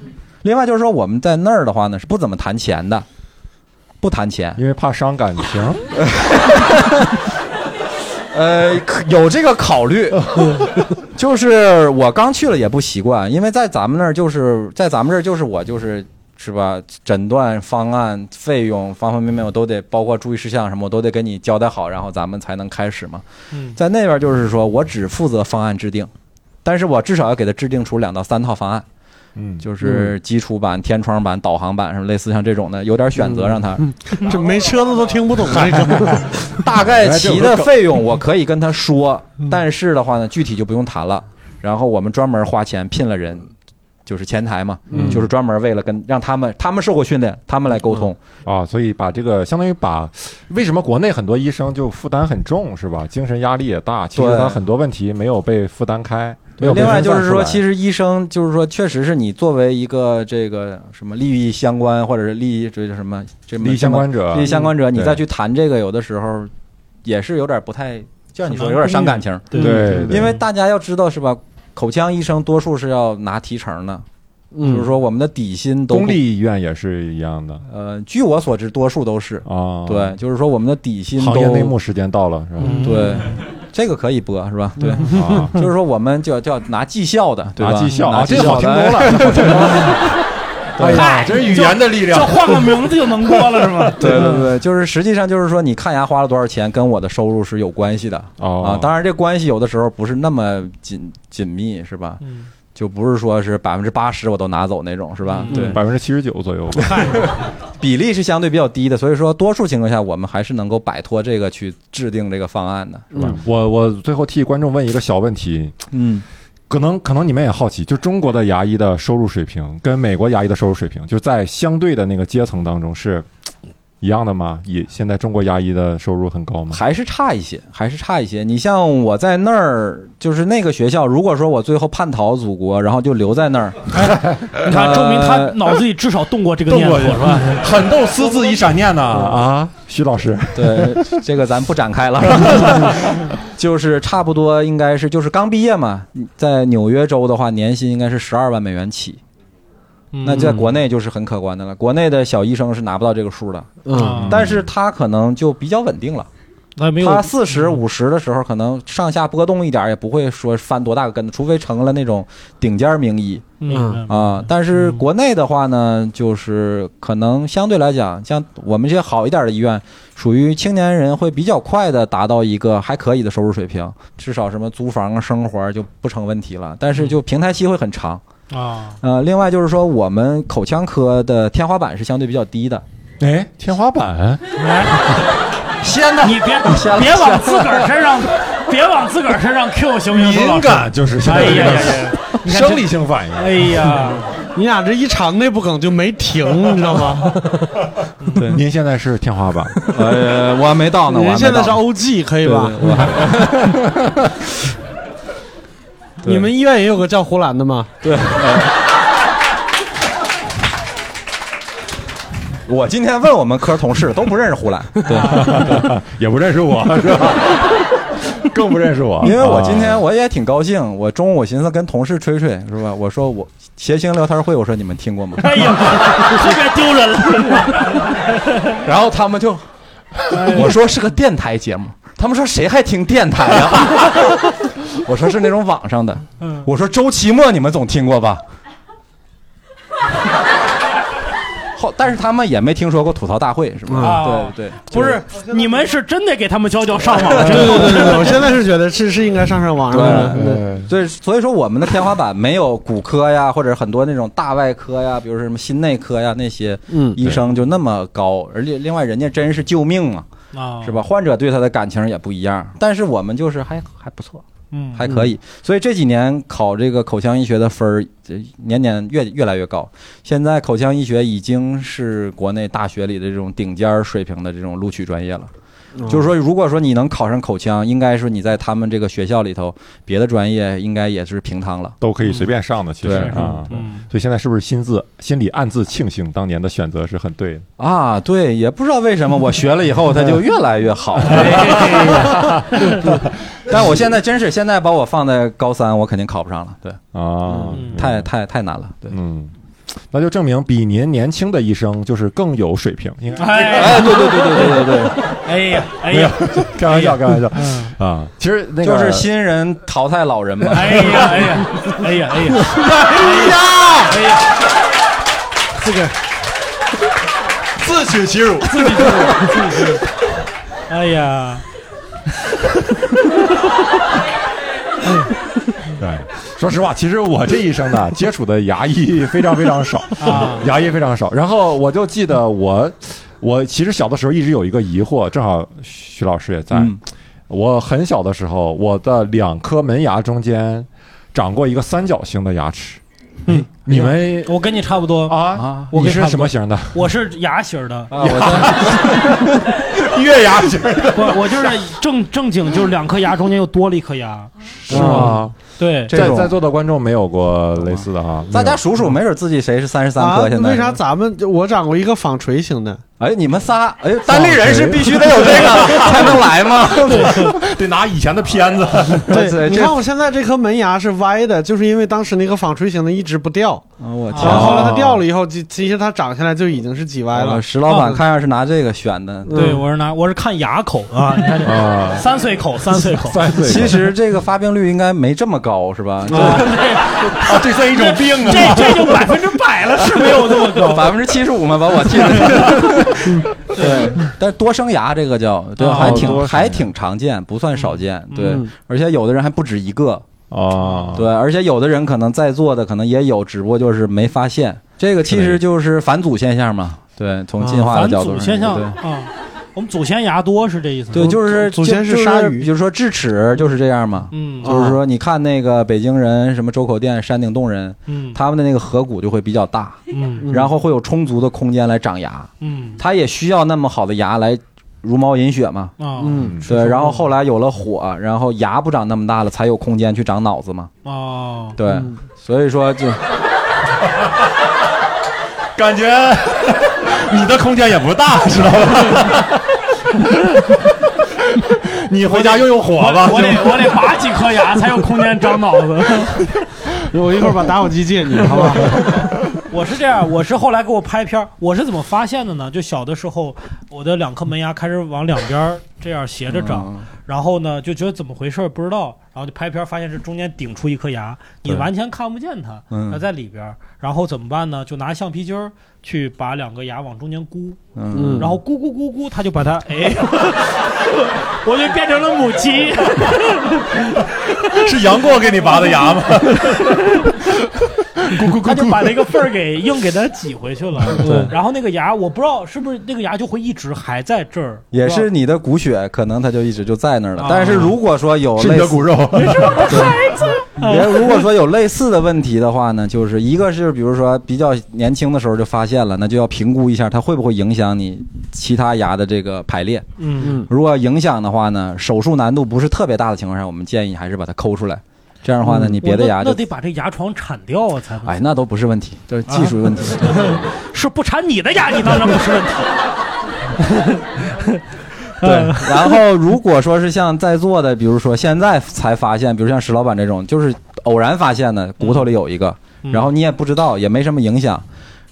Speaker 6: 另外就是说我们在那儿的话呢是不怎么谈钱的，不谈钱，
Speaker 2: 因为怕伤感 情，
Speaker 6: 呃，可有这个考虑， 就是我刚去了也不习惯，因为在咱们那儿就是在咱们这儿就是我就是是吧？诊断方案、费用方方面面我都得包括注意事项什么，我都得给你交代好，然后咱们才能开始嘛。
Speaker 3: 嗯
Speaker 6: 在那边就是说我只负责方案制定，但是我至少要给他制定出两到三套方案，
Speaker 2: 嗯，
Speaker 6: 就是基础版、天窗版、导航版什么类似像这种的，有点选择让他。
Speaker 5: 这没车的都听不懂这个。
Speaker 6: 大概骑的费用我可以跟他说，
Speaker 2: 嗯
Speaker 6: 但是的话呢，具体就不用谈了。然后我们专门花钱聘了人，就是前台嘛，
Speaker 2: 嗯
Speaker 6: 就是专门为了跟让他们，他们受过训练，他们来沟通。
Speaker 2: 啊，所以把这个相当于把为什么国内很多医生就负担很重是吧？精神压力也大，其实
Speaker 6: 对
Speaker 2: 他很多问题没有被负担开，没有被
Speaker 6: 另外就
Speaker 2: 分散
Speaker 6: 是
Speaker 2: 出
Speaker 6: 说，
Speaker 2: 来
Speaker 6: 其实医生就是说，确实是你作为一个这个什么利益相关，或者是利益这叫什么这么
Speaker 2: 利益相关者嗯
Speaker 6: 利益相关者，你
Speaker 2: 对
Speaker 6: 再去谈这个，有的时候也是有点不太，就像你说，
Speaker 3: 很难
Speaker 6: 有点伤感情。嗯
Speaker 3: 对
Speaker 2: 对对
Speaker 6: 因为大家要知道是吧？口腔医生多数是要拿提成的，就是说我们的底薪都不
Speaker 2: 嗯公立医院也是一样的
Speaker 6: 呃，据我所知，多数都是
Speaker 2: 啊。
Speaker 6: 对，，就是说我们的底薪
Speaker 2: 行业内幕
Speaker 6: 都
Speaker 2: 时间到了是吧？
Speaker 3: 嗯
Speaker 6: 对，这个可以播是吧？对，
Speaker 2: 啊，
Speaker 6: 就是说我们就要就要拿绩效的，对吧？
Speaker 2: 拿绩效
Speaker 6: 拿
Speaker 2: 啊，
Speaker 6: 绩
Speaker 2: 这个好
Speaker 6: 效
Speaker 2: 听
Speaker 6: 的，
Speaker 2: 多了。
Speaker 6: 哎呀
Speaker 3: 嗨，
Speaker 4: 这是语言的力
Speaker 3: 就
Speaker 4: 量。
Speaker 3: 换个名字就能播了是吗？
Speaker 6: 对对对对，就是实际上就是说，你看牙花了多少钱，跟我的收入是有关系的啊
Speaker 2: 哦。，
Speaker 6: 当然，这关系有的时候不是那么紧紧密，是吧？
Speaker 3: 嗯，
Speaker 6: 就不是说是百分之八十我都拿走那种，是吧？
Speaker 3: 嗯
Speaker 6: 对，
Speaker 2: 百分之七十九左右吧。
Speaker 6: 比例是相对比较低的，所以说多数情况下我们还是能够摆脱这个去制定这个方案的，
Speaker 3: 嗯
Speaker 6: 是吧？
Speaker 2: 我我最后替观众问一个小问题，
Speaker 6: 嗯，
Speaker 2: 可能可能你们也好奇，就中国的牙医的收入水平跟美国牙医的收入水平，就在相对的那个阶层当中是一样的吗？也现在中国牙医的收入很高吗？
Speaker 6: 还是差一些，还是差一些。你像我在那儿，就是那个学校，如果说我最后叛逃祖国，然后就留在那儿，
Speaker 3: 你
Speaker 6: 呃
Speaker 3: 看，证明他脑子里 至少动过这个念头，
Speaker 4: 动过
Speaker 3: 是吧？嗯
Speaker 4: 很动私自一闪念呐
Speaker 2: 啊，徐老师，
Speaker 6: 对这个咱不展开了， 就是差不多应该是就是刚毕业嘛，在纽约州的话，年薪应该是十二万美元起，
Speaker 3: 嗯
Speaker 6: 那在国内就是很可观的了。国内的小医生是拿不到这个数的，
Speaker 5: 嗯，
Speaker 6: 但是他可能就比较稳定了。
Speaker 3: 那没有
Speaker 6: 他四十五十的时候，可能上下波动一点儿，也不会说翻多大个跟头，除非成了那种顶尖儿名医
Speaker 3: 嗯
Speaker 6: 啊。但是国内的话呢，就是可能相对来讲，像我们这些好一点的医院，属于青年人会比较快的达到一个还可以的收入水平，至少什么租房啊、生活啊就不成问题了。但是就平台期会很长。
Speaker 3: 啊，
Speaker 6: 呃，另外就是说，我们口腔科的天花板是相对比较低的，
Speaker 2: 哎，天花板，
Speaker 6: 先呢，
Speaker 3: 嗯你别
Speaker 6: 先了
Speaker 3: 别往自个儿身上，别往自个儿身上 Q 行不行？周老
Speaker 2: 敏
Speaker 3: 师
Speaker 2: 感啊就是现
Speaker 3: 哎
Speaker 2: 在
Speaker 3: 呀呀
Speaker 2: 这
Speaker 3: 呀！
Speaker 2: 个生理性反应。
Speaker 3: 哎呀，
Speaker 5: 你俩这一场内部梗就没停，你知道 吗？
Speaker 2: 您现在是天花板，
Speaker 6: 呃，我还没到呢，我还
Speaker 5: 人
Speaker 6: 没
Speaker 5: 现在
Speaker 6: 到
Speaker 5: 是 OG 可以
Speaker 6: 对
Speaker 5: 吧
Speaker 6: 对？我还 对
Speaker 5: 你们医院也有个叫胡兰的吗？
Speaker 6: 我今天问我们科同事都不认识胡兰，
Speaker 2: 也不认识我，是吧？ 更不认识我，
Speaker 6: 因为我今天
Speaker 2: 啊
Speaker 6: 我也挺高兴，我中午我寻思跟同事吹吹，是吧？我说我谐星聊天会，我说你们听过 吗？
Speaker 3: 哎呀， 特别丢人了。
Speaker 6: 然后他们就，我说是个电台节目，他们说谁还听电台啊？我说是那种网上的，我说周奇墨你们总听过吧？后，但是他们也没听说过吐槽大会，是吧
Speaker 3: 嗯？
Speaker 6: 对对，
Speaker 3: 不是，你们是真得给他们教教上网的
Speaker 5: 对
Speaker 3: 这
Speaker 5: 对
Speaker 3: 个
Speaker 5: 对对对，我现在是觉得是是应该上上网上的。
Speaker 2: 呃
Speaker 6: 对，所以说我们的天花板没有骨科呀，或者很多那种大外科呀，比如说什么心内科呀那些
Speaker 5: 嗯，
Speaker 6: 医生就那么高，而且另外人家真是救命嘛，
Speaker 3: 啊，
Speaker 6: 是吧？患者对他的感情也不一样，但是我们就是还还不错，
Speaker 3: 嗯，
Speaker 6: 还可以。所以这几年考这个口腔医学的分儿，这年年越越来越高。现在口腔医学已经是国内大学里的这种顶尖儿水平的这种录取专业了。
Speaker 3: 哦
Speaker 6: 就是说，如果说你能考上口腔，应该说你在他们这个学校里头，别的专业应该也是平摊了。
Speaker 2: 都可以随便上的，其实
Speaker 6: 对
Speaker 2: 啊。
Speaker 3: 嗯，
Speaker 2: 所以现在是不是心自心里暗自庆幸当年的选择是很对的？
Speaker 6: 啊，对，也不知道为什么我学了以后它
Speaker 3: 嗯
Speaker 6: 就越来越好。
Speaker 3: 哎
Speaker 6: 但我现在真是，现在把我放在高三，我肯定考不上了。对，
Speaker 2: 啊，
Speaker 3: 嗯
Speaker 6: 太太太难了。对，
Speaker 2: 嗯，那就证明比您年轻的医生就是更有水平，应该
Speaker 3: 哎
Speaker 6: 哎，对对对对对对
Speaker 3: 哎呀哎
Speaker 2: 没有
Speaker 3: 呀，
Speaker 2: 开玩笑，开玩笑
Speaker 3: 嗯
Speaker 2: 啊。其实那
Speaker 6: 对，
Speaker 2: 个
Speaker 6: 就是新人淘汰老人嘛。
Speaker 3: 哎呀哎呀哎呀哎呀
Speaker 6: 呀，
Speaker 3: 哎呀，这个
Speaker 6: 自取其辱。
Speaker 3: 哎呀，
Speaker 2: 对，说实话，其实我这一生呢，接触的牙医非常非常少
Speaker 3: 啊，
Speaker 2: 牙医非常少。然后我就记得我，我其实小的时候一直有一个疑惑，正好徐老师也在。
Speaker 6: 嗯
Speaker 2: 我很小的时候，我的两颗门牙中间长过一个三角形的牙齿。嗯，你们
Speaker 3: 我跟你差不多，
Speaker 2: 啊，
Speaker 3: 我
Speaker 2: 你
Speaker 3: 跟
Speaker 2: 是
Speaker 3: 差不多
Speaker 2: 什么型的？
Speaker 3: 我是牙型儿的，
Speaker 6: 啊，我这
Speaker 2: 月牙型的
Speaker 3: 不，我就是正正经，就是两颗牙中间又多了一颗牙，
Speaker 2: 是吗？
Speaker 3: 对，
Speaker 6: 这
Speaker 2: 啊在
Speaker 6: 种
Speaker 2: 在座的观众没有过类似的哈，
Speaker 6: 大
Speaker 2: 没有
Speaker 6: 家数数，没准自己谁是三十三
Speaker 5: 啊
Speaker 6: 颗。，现在
Speaker 5: 为啥？咱们我长过一个纺锤型的？
Speaker 6: 哎，你们仨，哎，单立人是必须得有这
Speaker 4: 哦
Speaker 6: 个才能来吗？
Speaker 2: 得拿以前的片子。
Speaker 6: 这
Speaker 5: 对，你看我现在这颗门牙是歪的，就是因为当时那个纺锤型的一直不掉，
Speaker 2: 哦
Speaker 6: 啊 我
Speaker 5: 然后
Speaker 6: 天
Speaker 5: 后来它掉了以后，其其实它长下来就已经是挤歪了
Speaker 2: 哦
Speaker 5: 嗯
Speaker 6: 啊！。石老板看样是拿这个选的。嗯
Speaker 3: 对，我是拿我是看牙口啊， 你看这
Speaker 2: 啊
Speaker 3: 三岁口，三岁口，
Speaker 2: 三岁，
Speaker 6: 其实这个发病率应该没这么高，是吧？
Speaker 2: 啊，这算一种病啊。
Speaker 3: 这这就百分之百了， 是没有这 么高。
Speaker 6: 百分之七十五嘛，把我替了。对，但是多生牙这个叫对，
Speaker 2: 哦
Speaker 6: 还
Speaker 2: 多生
Speaker 6: 挺
Speaker 2: 牙
Speaker 6: 还挺常见，不算少见。对
Speaker 5: 嗯，哦
Speaker 6: 而且有的人还不止一个。
Speaker 2: 啊，
Speaker 6: 对，而且有的人可能在座的可能也有，只不过就是没发现。这个其实就是返祖现象嘛。对，从进化
Speaker 5: 哦
Speaker 6: 的角度
Speaker 3: 反祖
Speaker 6: 上，
Speaker 3: 先像
Speaker 6: 对
Speaker 3: 啊，我们祖先牙多是这意思吗？
Speaker 6: 对，就是
Speaker 5: 哦祖先是
Speaker 6: 就
Speaker 5: 鲨鱼
Speaker 6: 比如说智齿就是这样嘛。
Speaker 3: 嗯
Speaker 6: 就是说，你看那个北京人，什么周口店、山顶洞人，
Speaker 3: 嗯
Speaker 6: 他们的那个颌骨就会比较大，
Speaker 3: 嗯
Speaker 5: 嗯
Speaker 6: 然后会有充足的空间来长牙。
Speaker 3: 嗯
Speaker 6: 他也需要那么好的牙来茹毛饮血嘛。
Speaker 3: 啊
Speaker 5: 嗯，
Speaker 6: 对，然后后来有了火，然后牙不长那么大了，才有空间去长脑子嘛。
Speaker 3: 哦，
Speaker 6: 对，
Speaker 5: 嗯
Speaker 6: 所以说就
Speaker 4: 感觉你的空间也不大，知道吧？你回家用用火吧。
Speaker 3: 我得我得拔几颗牙才有空间长脑子。
Speaker 5: 我一会儿把打火机借你，好吧？
Speaker 3: 我是这样，我是后来给我拍片儿，我是怎么发现的呢？就小的时候，我的两颗门牙开始往两边儿这样斜着长，
Speaker 2: 哦
Speaker 3: 然后呢就觉得怎么回事儿不知道，然后就拍片儿发现是中间顶出一颗牙，你
Speaker 6: 对
Speaker 3: 完全看不见它，
Speaker 6: 嗯
Speaker 3: 它在里边儿，然后怎么办呢？就拿橡皮筋儿去把两个牙往中间箍，
Speaker 6: 嗯，
Speaker 3: 然后咕咕咕咕，它就把它哎， 我就变成了母 鸡。
Speaker 4: 是杨过给你拔的牙吗？
Speaker 3: 他就把那个缝儿给硬给它挤回去了。对，然后那个牙我不知道是不是那个牙就会一直还在这儿，
Speaker 6: 也
Speaker 3: 不知
Speaker 6: 是你的骨血，可能它就一直就在那儿了。
Speaker 3: 啊
Speaker 6: 但是如果说有
Speaker 4: 是你
Speaker 6: 类
Speaker 4: 的
Speaker 6: 似，
Speaker 4: 骨 肉，
Speaker 6: 也 如果说有类似的问题的话呢，就是一个是比如说比较年轻的时候就发现了，那就要评估一下它会不会影响你其他牙的这个排列。
Speaker 3: 道。嗯，
Speaker 5: 嗯，
Speaker 6: 如果影响的话呢，手术难度不是特别大的情况下，我们建议还是把它抠出来。这样的话呢，你别的牙
Speaker 3: 嗯我那
Speaker 6: 就
Speaker 3: 那得把这牙床铲掉啊才能。
Speaker 6: 哎，那都不是问题，这是技术问 题。
Speaker 3: 是不铲你的牙，你当然不是问题。
Speaker 6: 对，然后如果说是像在座的，比如说现在才发现，比如像石老板这种，就是偶然发现的，骨头里有一个，
Speaker 3: 嗯
Speaker 6: 然后你也不知道，也没什么影响。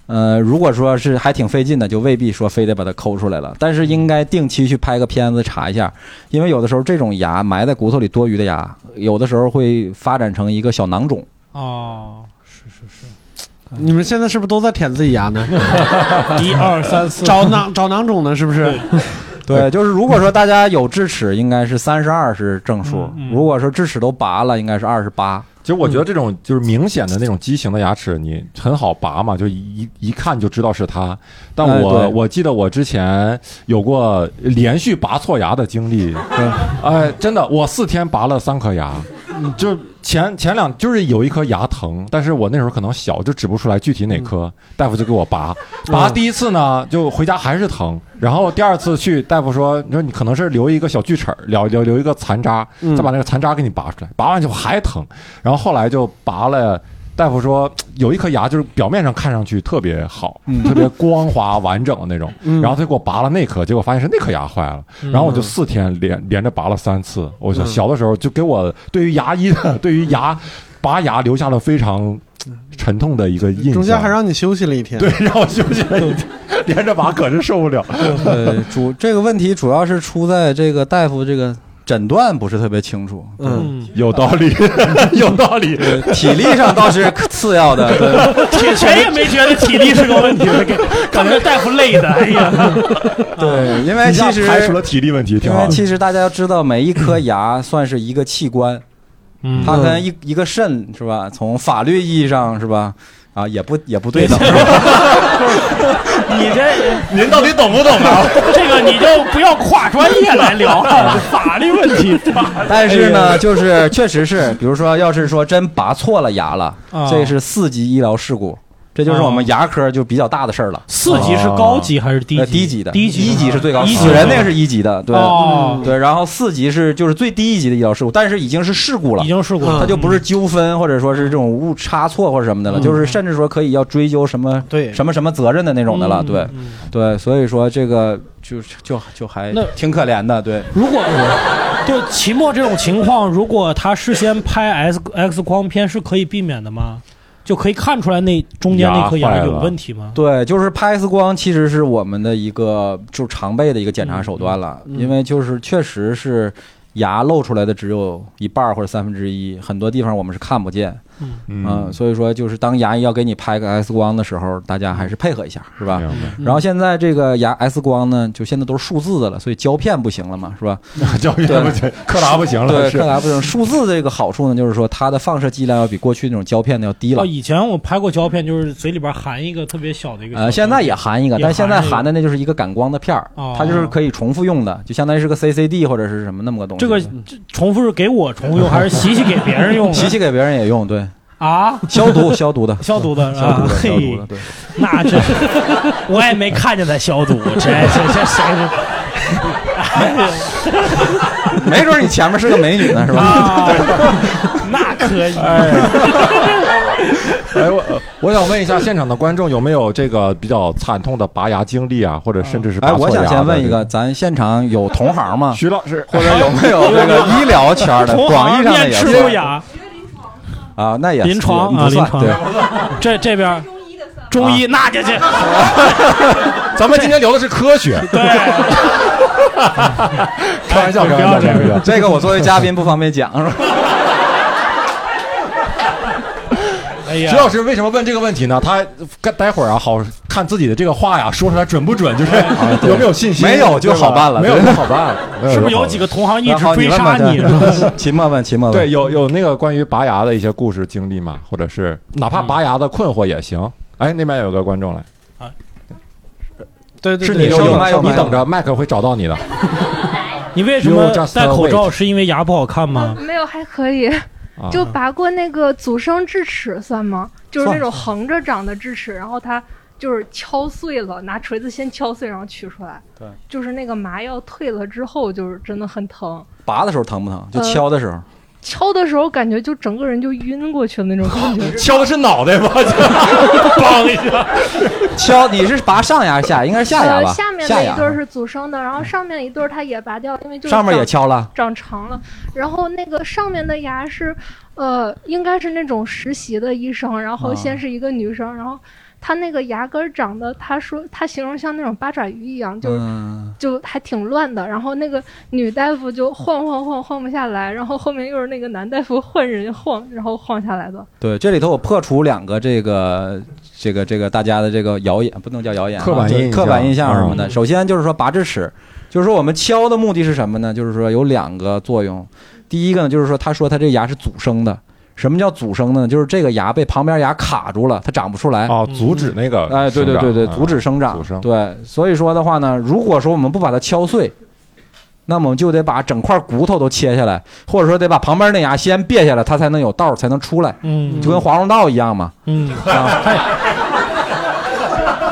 Speaker 6: 呃，如果说是还挺费劲的，就未必说非得把它抠出来了，但是应该定期去拍个片子查一下，因为有的时候这种牙埋在骨头里多余的牙，有的时候会发展成一个小囊肿。
Speaker 3: 哦，是是是，
Speaker 5: 你们现在是不是都在舔自己牙 呢？
Speaker 3: 一二三四，
Speaker 5: 找囊找囊肿呢？是不是？
Speaker 6: 对，就是如果说大家有智齿，应该是三十二是正数；
Speaker 3: 嗯嗯
Speaker 6: 如果说智齿都拔了，应该是二十八。
Speaker 2: 其实我觉得这种就是明显的那种畸形的牙齿，你很好拔嘛，就一一看就知道是它。但
Speaker 6: 哎
Speaker 2: 我、
Speaker 6: 对
Speaker 2: 我记得我之前有过连续拔错牙的经历，哎，真的，我四天拔了三颗牙，就前前两就是有一颗牙疼，但是我那时候可能小，就指不出来具体哪颗，
Speaker 6: 嗯
Speaker 2: 大夫就给我拔。拔第一次呢，就回家还是疼，然后第二次去大夫说，你说你可能是留一个小锯齿儿，留留留一个残渣，
Speaker 5: 嗯
Speaker 2: 再把那个残渣给你拔出来，拔完就还疼。然后后来就拔了，大夫说有一颗牙就是表面上看上去特别好，
Speaker 6: 嗯
Speaker 2: 特别光滑完整的那种，
Speaker 5: 嗯
Speaker 2: 然后他就给我拔了那颗，结果发现是那颗牙坏了，然后我就四天连连着拔了三次。我想
Speaker 5: 嗯
Speaker 2: 小的时候就给我对于牙医的对于牙拔牙留下了非常沉痛的一个印象。
Speaker 5: 中间 还让你休息了一天。
Speaker 2: 对，让我休息了一天，连着拔可是受不了。
Speaker 6: 呃，主这个问题主要是出在这个大夫这个诊断不是特别清楚，
Speaker 5: 嗯，
Speaker 3: 嗯，
Speaker 2: 有道理， 有道理。
Speaker 6: 体力上倒是次要 的，对，
Speaker 3: 铁拳也没觉得体力是个 问题，给感觉大夫累的，哎 呀，
Speaker 6: 对因为
Speaker 2: 一下
Speaker 6: 其实
Speaker 2: 排除了体力问题，挺
Speaker 6: 因
Speaker 2: 好
Speaker 6: 为
Speaker 2: 的。
Speaker 6: 其实大家要知道，每一颗牙算是一个器官，
Speaker 3: 嗯
Speaker 6: 它跟一一个肾是吧？从法律意义上是吧？啊，也不也不对 等，
Speaker 3: 你这
Speaker 4: 您到底懂不懂啊？
Speaker 3: 这个你就不要跨专业来聊了，法律问题。
Speaker 6: 但是
Speaker 3: 哎
Speaker 6: 呢，就是确实是，比如说，要是说真拔错了牙了，
Speaker 3: 啊
Speaker 6: 这是四级医疗事故，这就是我们牙科就比较大的事儿了。
Speaker 3: 四级是高级还是低
Speaker 6: 呃
Speaker 3: 级？
Speaker 6: 低级的，
Speaker 3: 低级，
Speaker 6: 一级是最高，
Speaker 3: 一级
Speaker 6: 死人那个是一级的，对，
Speaker 3: 哦，
Speaker 6: 对，然后四级是就是最低一级的医疗事故，但是已经是事故了
Speaker 3: 已。经试过了，
Speaker 6: 它就不是纠纷，或者说是这种误差错或者什么的了，
Speaker 3: 嗯
Speaker 6: 就是甚至说可以要追究什么
Speaker 5: 对
Speaker 6: 什么什么责任的那种的了。
Speaker 3: 嗯
Speaker 6: 对，
Speaker 3: 嗯
Speaker 6: 对，所以说这个就就就还
Speaker 3: 那
Speaker 6: 挺可怜的。对，
Speaker 3: 如果就期末这种情况，如果他事先拍 S X 光片是可以避免的吗？就可以看出来那中间那颗
Speaker 2: 牙坏
Speaker 3: 牙
Speaker 2: 了
Speaker 3: 有问题吗？
Speaker 6: 对，就是拍 X 光其实是我们的一个就是常备的一个检查手段了，
Speaker 5: 嗯嗯
Speaker 6: 因为就是确实是牙露出来的只有一半儿或者三分之一，很多地方我们是看不见。嗯，所以说就是当牙医要给你拍个 X 光的时候，大家还是配合一下，是吧？
Speaker 2: 明白
Speaker 3: 嗯
Speaker 6: 然后现在这个牙 X 光呢，就现在都是数字的了，所以胶片不行了嘛，是 吧？
Speaker 2: 教育
Speaker 6: 对
Speaker 2: 不行，柯达不行了，
Speaker 6: 对，
Speaker 2: 是
Speaker 6: 看来不行。数字这个好处呢，就是说它的放射剂量要比过去那种胶片的要低了
Speaker 3: 哦，。以前我拍过胶片，就是嘴里边含一个特别小的一个小东
Speaker 6: 呃，
Speaker 3: 西。
Speaker 6: 现在也含一个，
Speaker 3: 也
Speaker 6: 但现在
Speaker 3: 含一个
Speaker 6: 含的那就是一个感光的片儿
Speaker 3: 哦，
Speaker 6: 它就是可以重复用的，就相当于是个 CCD 或者是什么那么个东西。
Speaker 3: 这个这重复是给我重复用，还是洗洗给别人用的？
Speaker 6: 洗洗给别人也用，对，
Speaker 3: 啊，
Speaker 6: 消毒消毒的，
Speaker 3: 消毒的是
Speaker 6: 消
Speaker 3: 吧
Speaker 6: 毒？的，消毒
Speaker 3: 嘿
Speaker 6: 的，，对。
Speaker 3: 那这我也没看见他消毒，这这这谁？
Speaker 6: 没准你前面是个美女呢，是吧？
Speaker 3: 啊，那可以。
Speaker 2: 哎，我我想问一下现场的观众有没有这个比较惨痛的拔牙经历啊，或者甚至是
Speaker 6: 哎，
Speaker 2: 拔错
Speaker 6: 我
Speaker 2: 牙
Speaker 6: 想
Speaker 2: 的
Speaker 6: 先问一个，咱现场有同行吗？
Speaker 2: 徐老师，
Speaker 6: 或者有 没有这个医疗圈的
Speaker 3: 同
Speaker 6: 广
Speaker 3: 行
Speaker 6: 义上的
Speaker 3: 面
Speaker 6: 也
Speaker 3: 吃不
Speaker 6: 算
Speaker 3: 雅，
Speaker 6: 啊？那也
Speaker 3: 临床
Speaker 6: 也
Speaker 3: 啊，
Speaker 6: 不
Speaker 3: 临
Speaker 6: 算
Speaker 3: 床
Speaker 6: 对，
Speaker 3: 这这边中医那就这
Speaker 2: 咱们今天聊的是科学，
Speaker 3: 对，
Speaker 2: 开玩笑，
Speaker 3: 不
Speaker 2: 开
Speaker 3: 要
Speaker 2: 玩
Speaker 3: 这
Speaker 2: 笑，开
Speaker 3: 样
Speaker 2: 玩 笑。
Speaker 6: 这个我作为嘉宾不方便讲，是吧？
Speaker 3: 哎
Speaker 2: 徐
Speaker 3: 呀，哎
Speaker 2: 老师为什么问这个问题呢？他待会儿啊，好看自己的这个话呀说出来准不准，
Speaker 3: 哎
Speaker 2: 就是啊
Speaker 6: 对
Speaker 2: 有没有信心，
Speaker 6: 没有就
Speaker 2: 对吧
Speaker 6: 好办了
Speaker 2: 没有
Speaker 6: 对
Speaker 2: 就好办 了，没
Speaker 3: 是不
Speaker 2: 就是好
Speaker 3: 有
Speaker 2: 办
Speaker 3: 几个同行一
Speaker 6: 然
Speaker 3: 直
Speaker 6: 后
Speaker 3: 追
Speaker 6: 问
Speaker 3: 杀
Speaker 6: 吧
Speaker 3: 你？
Speaker 6: 这秦默问，秦默问，
Speaker 2: 对，有有那个关于拔牙的一些故事经历嘛，或者是嗯哪怕拔牙的困惑也行。哎，那边有个观众来，
Speaker 3: 啊
Speaker 5: 对对
Speaker 2: 是
Speaker 5: 对
Speaker 2: 你
Speaker 6: 有
Speaker 2: 说
Speaker 6: 麦有
Speaker 2: 的，你
Speaker 6: 麦
Speaker 2: 等着，麦克会找到你的。
Speaker 3: 你为什
Speaker 2: You
Speaker 3: 么
Speaker 2: just
Speaker 3: 戴口罩？是因为牙不好看吗？
Speaker 8: 没有，还可以。
Speaker 2: 啊
Speaker 8: 就拔过那个阻生智齿算吗？就是
Speaker 2: 算。
Speaker 8: 那种横着长的智齿，然后它就是敲碎了，拿锤子先敲碎，然后取出来。
Speaker 6: 对，
Speaker 8: 就是那个麻药退了之后，就是真的很疼，
Speaker 6: 拔的时候疼不疼？就
Speaker 8: 呃
Speaker 6: 敲的时候，
Speaker 8: 敲的时候感觉就整个人就晕过去的那种感觉
Speaker 2: 敲的是脑袋吗？
Speaker 3: 梆一下，
Speaker 6: 敲你是拔上牙还是下牙？应该是下牙
Speaker 8: 呃，
Speaker 6: 吧？
Speaker 8: 下面
Speaker 6: 下
Speaker 8: 的一
Speaker 6: 牙
Speaker 8: 对儿是阻生的，然后上面一对儿它也拔掉，因为就是
Speaker 6: 上面
Speaker 8: 长
Speaker 6: 也敲了，
Speaker 8: 长长了，然后那个上面的牙是，呃，应该是那种实习的医生，然后
Speaker 6: 啊
Speaker 8: 先是一个女生，然后她那个牙根儿长得，她说她形容像那种八爪鱼一样，就是、
Speaker 6: 嗯，
Speaker 8: 就还挺乱的。然后那个女大夫就晃晃晃晃不下来，然后后面又是那个男大夫换人晃，然后晃下来的。
Speaker 6: 对，这里头我破除两个这个这个这个大家的这个谣言，不能叫谣言啊，
Speaker 2: 刻板
Speaker 6: 就是
Speaker 2: 印
Speaker 6: 刻板
Speaker 2: 象
Speaker 6: 印象什么的。
Speaker 8: 嗯
Speaker 6: 首先就是说拔智齿，就是说我们敲的目的是什么呢？就是说有两个作用，第一个呢就是说他说他这牙是阻生的。什么叫阻生呢？就是这个牙被旁边牙卡住了，它长不出来。
Speaker 2: 哦，阻止那个生长。
Speaker 6: 哎，对对对对，
Speaker 2: 啊
Speaker 6: 阻止生长
Speaker 2: 阻生，
Speaker 6: 对，呃所以说的话呢，如果说我们不把它敲碎，那么我们就得把整块骨头都切下来，或者说得把旁边那牙先别下来，它才能有道儿才能出来，
Speaker 3: 嗯
Speaker 6: 就跟华容道一样嘛。啊
Speaker 3: 嗯，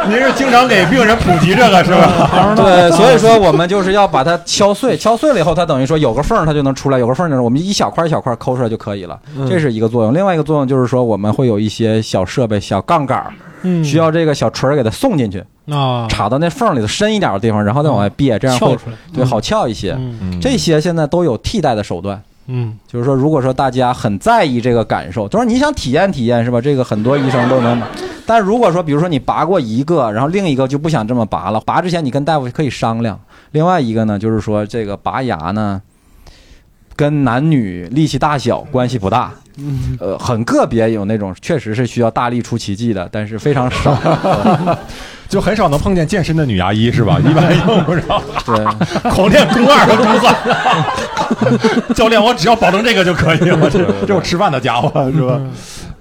Speaker 4: 您是经常给病人普及这个是吧？
Speaker 6: 对，所以说我们就是要把它敲碎，敲碎了以后，它等于说有个缝儿它就能出来，有个缝儿就是我们一小块一小块抠出来就可以了，这是一个作用。另外一个作用就是说我们会有一些小设备、小杠杆儿，
Speaker 3: 嗯
Speaker 6: 需要这个小锤儿给它送进去，
Speaker 3: 啊，
Speaker 6: 插到那缝儿里头深一点儿的地方，然后再往外别，这样
Speaker 3: 嗯翘
Speaker 6: 会
Speaker 3: 出来，
Speaker 6: 对好翘一些。
Speaker 3: 嗯
Speaker 2: 嗯
Speaker 6: 这些现在都有替代的手段。
Speaker 3: 嗯，
Speaker 6: 就是说，如果说大家很在意这个感受，就是你想体验体验是吧？这个很多医生都 能。但如果说，比如说你拔过一个，然后另一个就不想这么拔了，拔之前你跟大夫可以商量。另外一个呢，就是说这个拔牙呢，跟男女力气大小关系不大，
Speaker 3: 嗯
Speaker 6: 呃，很个别有那种确实是需要大力出奇迹的，但是非 常少。
Speaker 2: 就很少能碰见健身的女牙 医是吧？一般用不着，
Speaker 6: 对，
Speaker 4: 狂 练肱二和肱三。 教练，我只要保证这个就可以 了，这这种吃饭的家伙是吧？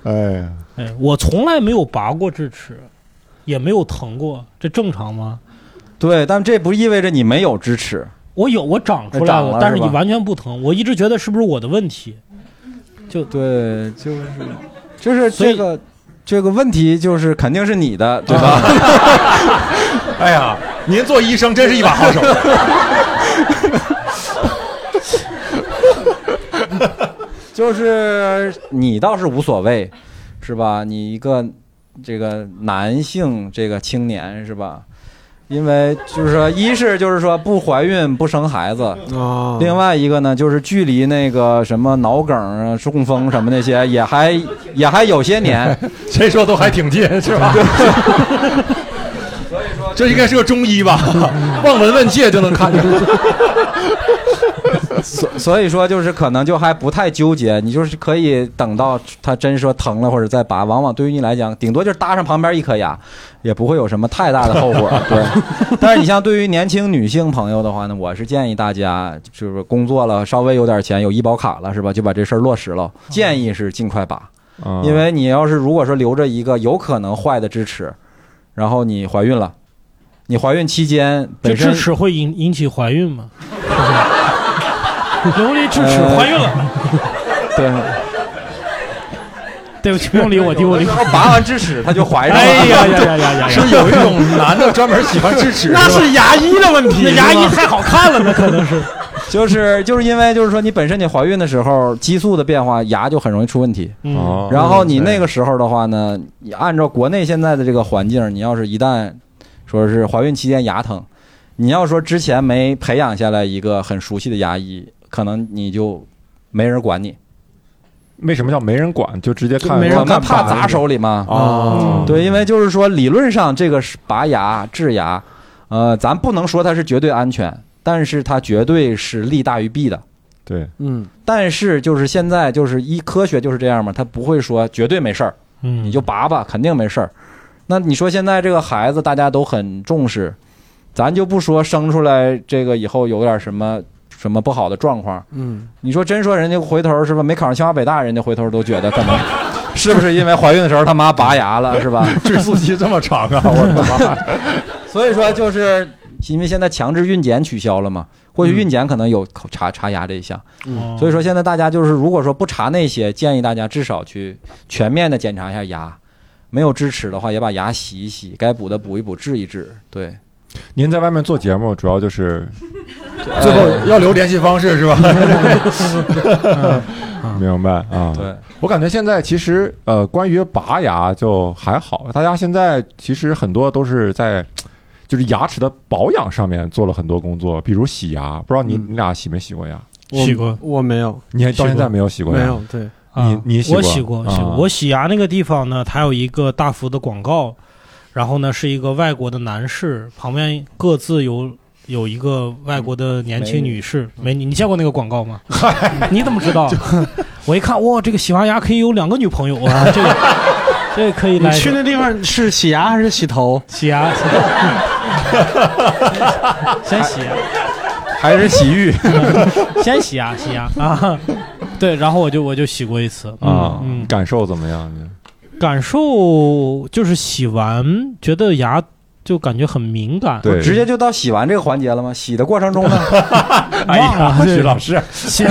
Speaker 2: 哎呀，
Speaker 3: 嗯哎，我从来没有拔过智齿，也没有疼过，这正常吗？
Speaker 6: 对，但这不意味着你没有支持。
Speaker 3: 我有，我长出来
Speaker 6: 长了
Speaker 3: 但是
Speaker 6: 是吧
Speaker 3: 你完全不疼，我一直觉得是不是我的问题？
Speaker 6: 对，就是就是
Speaker 3: 所以
Speaker 6: 这个这个问题就是肯定是你的，对吧？
Speaker 4: 哎呀，您做医生真是一把好手。
Speaker 6: 就是你倒是无所谓，是吧？你一个这个男性这个青年是吧？因为就是说，一是就是说不怀孕不生孩子，
Speaker 4: 哦
Speaker 5: 啊，
Speaker 6: 另外一个呢就是距离那个什么脑梗啊、中风什么那些也还也还有些年，
Speaker 4: 谁说都还挺近是 吧？这应该是个中医 吧？望闻问切就能看出来。
Speaker 6: 所所以说就是可能就还不太纠结，你就是可以等到他真说疼了或者再拔，往往对于你来讲，顶多就是搭上旁边一颗牙，也不会有什么太大的后果。对，但是你像对于年轻女性朋友的话呢，我是建议大家就是工作了稍微有点钱，有医保卡了是吧，就把这事儿落实了。建议是尽快拔，因为你要是如果说留着一个有可能坏的智齿，然后你怀孕了，你怀孕期间
Speaker 3: 这
Speaker 6: 本身
Speaker 3: 智齿会引引起怀孕 吗？琉璃智齿
Speaker 6: 呃
Speaker 3: 怀孕了，
Speaker 6: 对，
Speaker 3: 对不起，不用理我，不用理
Speaker 6: 然
Speaker 3: 我。
Speaker 6: 后拔完智齿它就怀上了。
Speaker 3: 哎呀呀呀呀呀呀！
Speaker 4: 是有一种男的专门喜欢智齿，
Speaker 5: 那是牙医的问题，
Speaker 3: 那牙医太好看了，那可能是。
Speaker 6: 就是就是因为就是说你本身你怀孕的时候激素的变化，牙就很容易出问题。
Speaker 3: 嗯，
Speaker 6: 然后你那个时候的话呢，你按照国内现在的这个环境，你要是一旦说是怀孕期间牙疼，你要说之前没培养下来一个很熟悉的牙医，可能你就没人管你，
Speaker 2: 为什么叫没人管？就直接看
Speaker 5: 没人
Speaker 6: 我
Speaker 5: 看
Speaker 6: 们
Speaker 5: 管
Speaker 6: 怕砸手里嘛。
Speaker 2: 啊？
Speaker 6: 对，因为就是说理论上这个是拔牙治牙，呃，咱不能说它是绝对安全，但是它绝对是利大于弊的。
Speaker 2: 对，
Speaker 5: 嗯，
Speaker 6: 但是就是现在就是医科学就是这样嘛，他不会说绝对没事儿，
Speaker 3: 嗯，
Speaker 6: 你就拔吧，肯定没事儿。那你说现在这个孩子大家都很重视，咱就不说生出来这个以后有点什么什么不好的状况，
Speaker 5: 嗯，
Speaker 6: 你说真说人家回头是吧？没考上清华北大，人家回头都觉得可能 是不是因为怀孕的时候他妈拔牙了是吧？
Speaker 4: 追溯期这么长啊！我的妈！
Speaker 6: 所以说就是因为现在强制孕检取消了嘛，或许孕检可能有口查查牙这一项，
Speaker 3: 嗯
Speaker 6: 所以说现在大家就是如果说不查那些，建议大家至少去全面的检查一下牙。没有智齿的话，也把牙洗一洗，该补的补一补，治一治。对，
Speaker 2: 您在外面做节目，主要就是
Speaker 4: 最后要留联系方式是吧？
Speaker 2: 明白啊。
Speaker 6: 对，
Speaker 2: 我感觉现在其实呃，关于拔牙就还好，大家现在其实很多都是在就是牙齿的保养上面做了很多工作，比如洗牙。不知道你
Speaker 5: 嗯
Speaker 2: 你俩洗没洗过牙？
Speaker 5: 我
Speaker 3: 洗过
Speaker 5: 我没有，
Speaker 2: 哦你还
Speaker 3: 洗
Speaker 2: 到
Speaker 3: 过
Speaker 2: 现在没有洗过牙？
Speaker 5: 没有，对，
Speaker 3: 啊
Speaker 2: 你你洗
Speaker 3: 我
Speaker 2: 过
Speaker 3: 洗过，洗过
Speaker 2: 啊
Speaker 3: 我洗牙那个地方呢，它有一个大幅的广告，然后呢是一个外国的男士，旁边各自有有一个外国的年轻女士，
Speaker 5: 嗯
Speaker 3: 美女，你见过那个广告吗？ 你怎么知道？ 我一看，哇，这个洗完牙可以有两个女朋友啊，这 个这个可以
Speaker 5: 你
Speaker 3: 来
Speaker 5: 去那地方是洗牙还是洗头？
Speaker 3: 洗牙， 先洗牙。嗯
Speaker 6: 还是洗浴。
Speaker 3: 先洗牙，洗牙啊。对，然后我就我就洗过一次
Speaker 2: 啊、
Speaker 3: 嗯，
Speaker 2: 感受怎么样？
Speaker 3: 嗯感受就是洗完觉得牙就感觉很敏感，
Speaker 2: 对，
Speaker 6: 直接就到洗完这个环节了吗？洗的过程中呢，
Speaker 3: 哎呀，
Speaker 4: 徐老师，
Speaker 3: 洗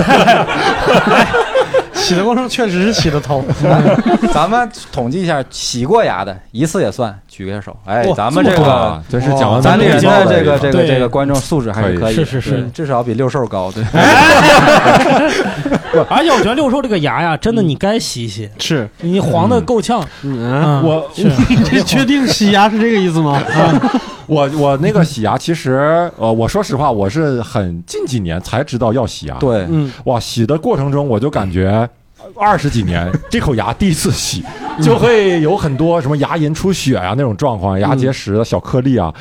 Speaker 5: 洗的过程确实是洗的头，
Speaker 6: 咱们统计一下洗过牙的，一次也算，举个手。哎
Speaker 3: 哇，
Speaker 6: 咱们
Speaker 3: 这
Speaker 6: 这
Speaker 3: 么
Speaker 6: 个
Speaker 2: 啊，真是讲完
Speaker 6: 咱这
Speaker 2: 礼
Speaker 6: 人
Speaker 2: 貌
Speaker 6: 的
Speaker 2: 的
Speaker 6: 这个
Speaker 2: 一
Speaker 6: 这
Speaker 3: 对
Speaker 6: 个这个观众素质还是
Speaker 2: 可
Speaker 6: 可
Speaker 2: 以
Speaker 6: 以，
Speaker 3: 是是是
Speaker 6: 对至少比六兽高。对，
Speaker 3: 而且我觉哎得六兽这个牙呀，真的你该洗一洗，
Speaker 5: 是，
Speaker 3: 你黄的够呛。
Speaker 5: 嗯啊，
Speaker 3: 啊
Speaker 2: 我
Speaker 3: 是
Speaker 5: 你这确定洗牙是这个意思吗？
Speaker 2: 我我那个洗牙，其实呃，我说实话，我是很近几年才知道要洗牙。，
Speaker 6: 对，
Speaker 5: 嗯，
Speaker 2: 哇，洗的过程中我就感觉。二十几年，这口牙第一次洗，就会有很多什么牙龈出血啊那种状况，牙结石的小颗粒啊，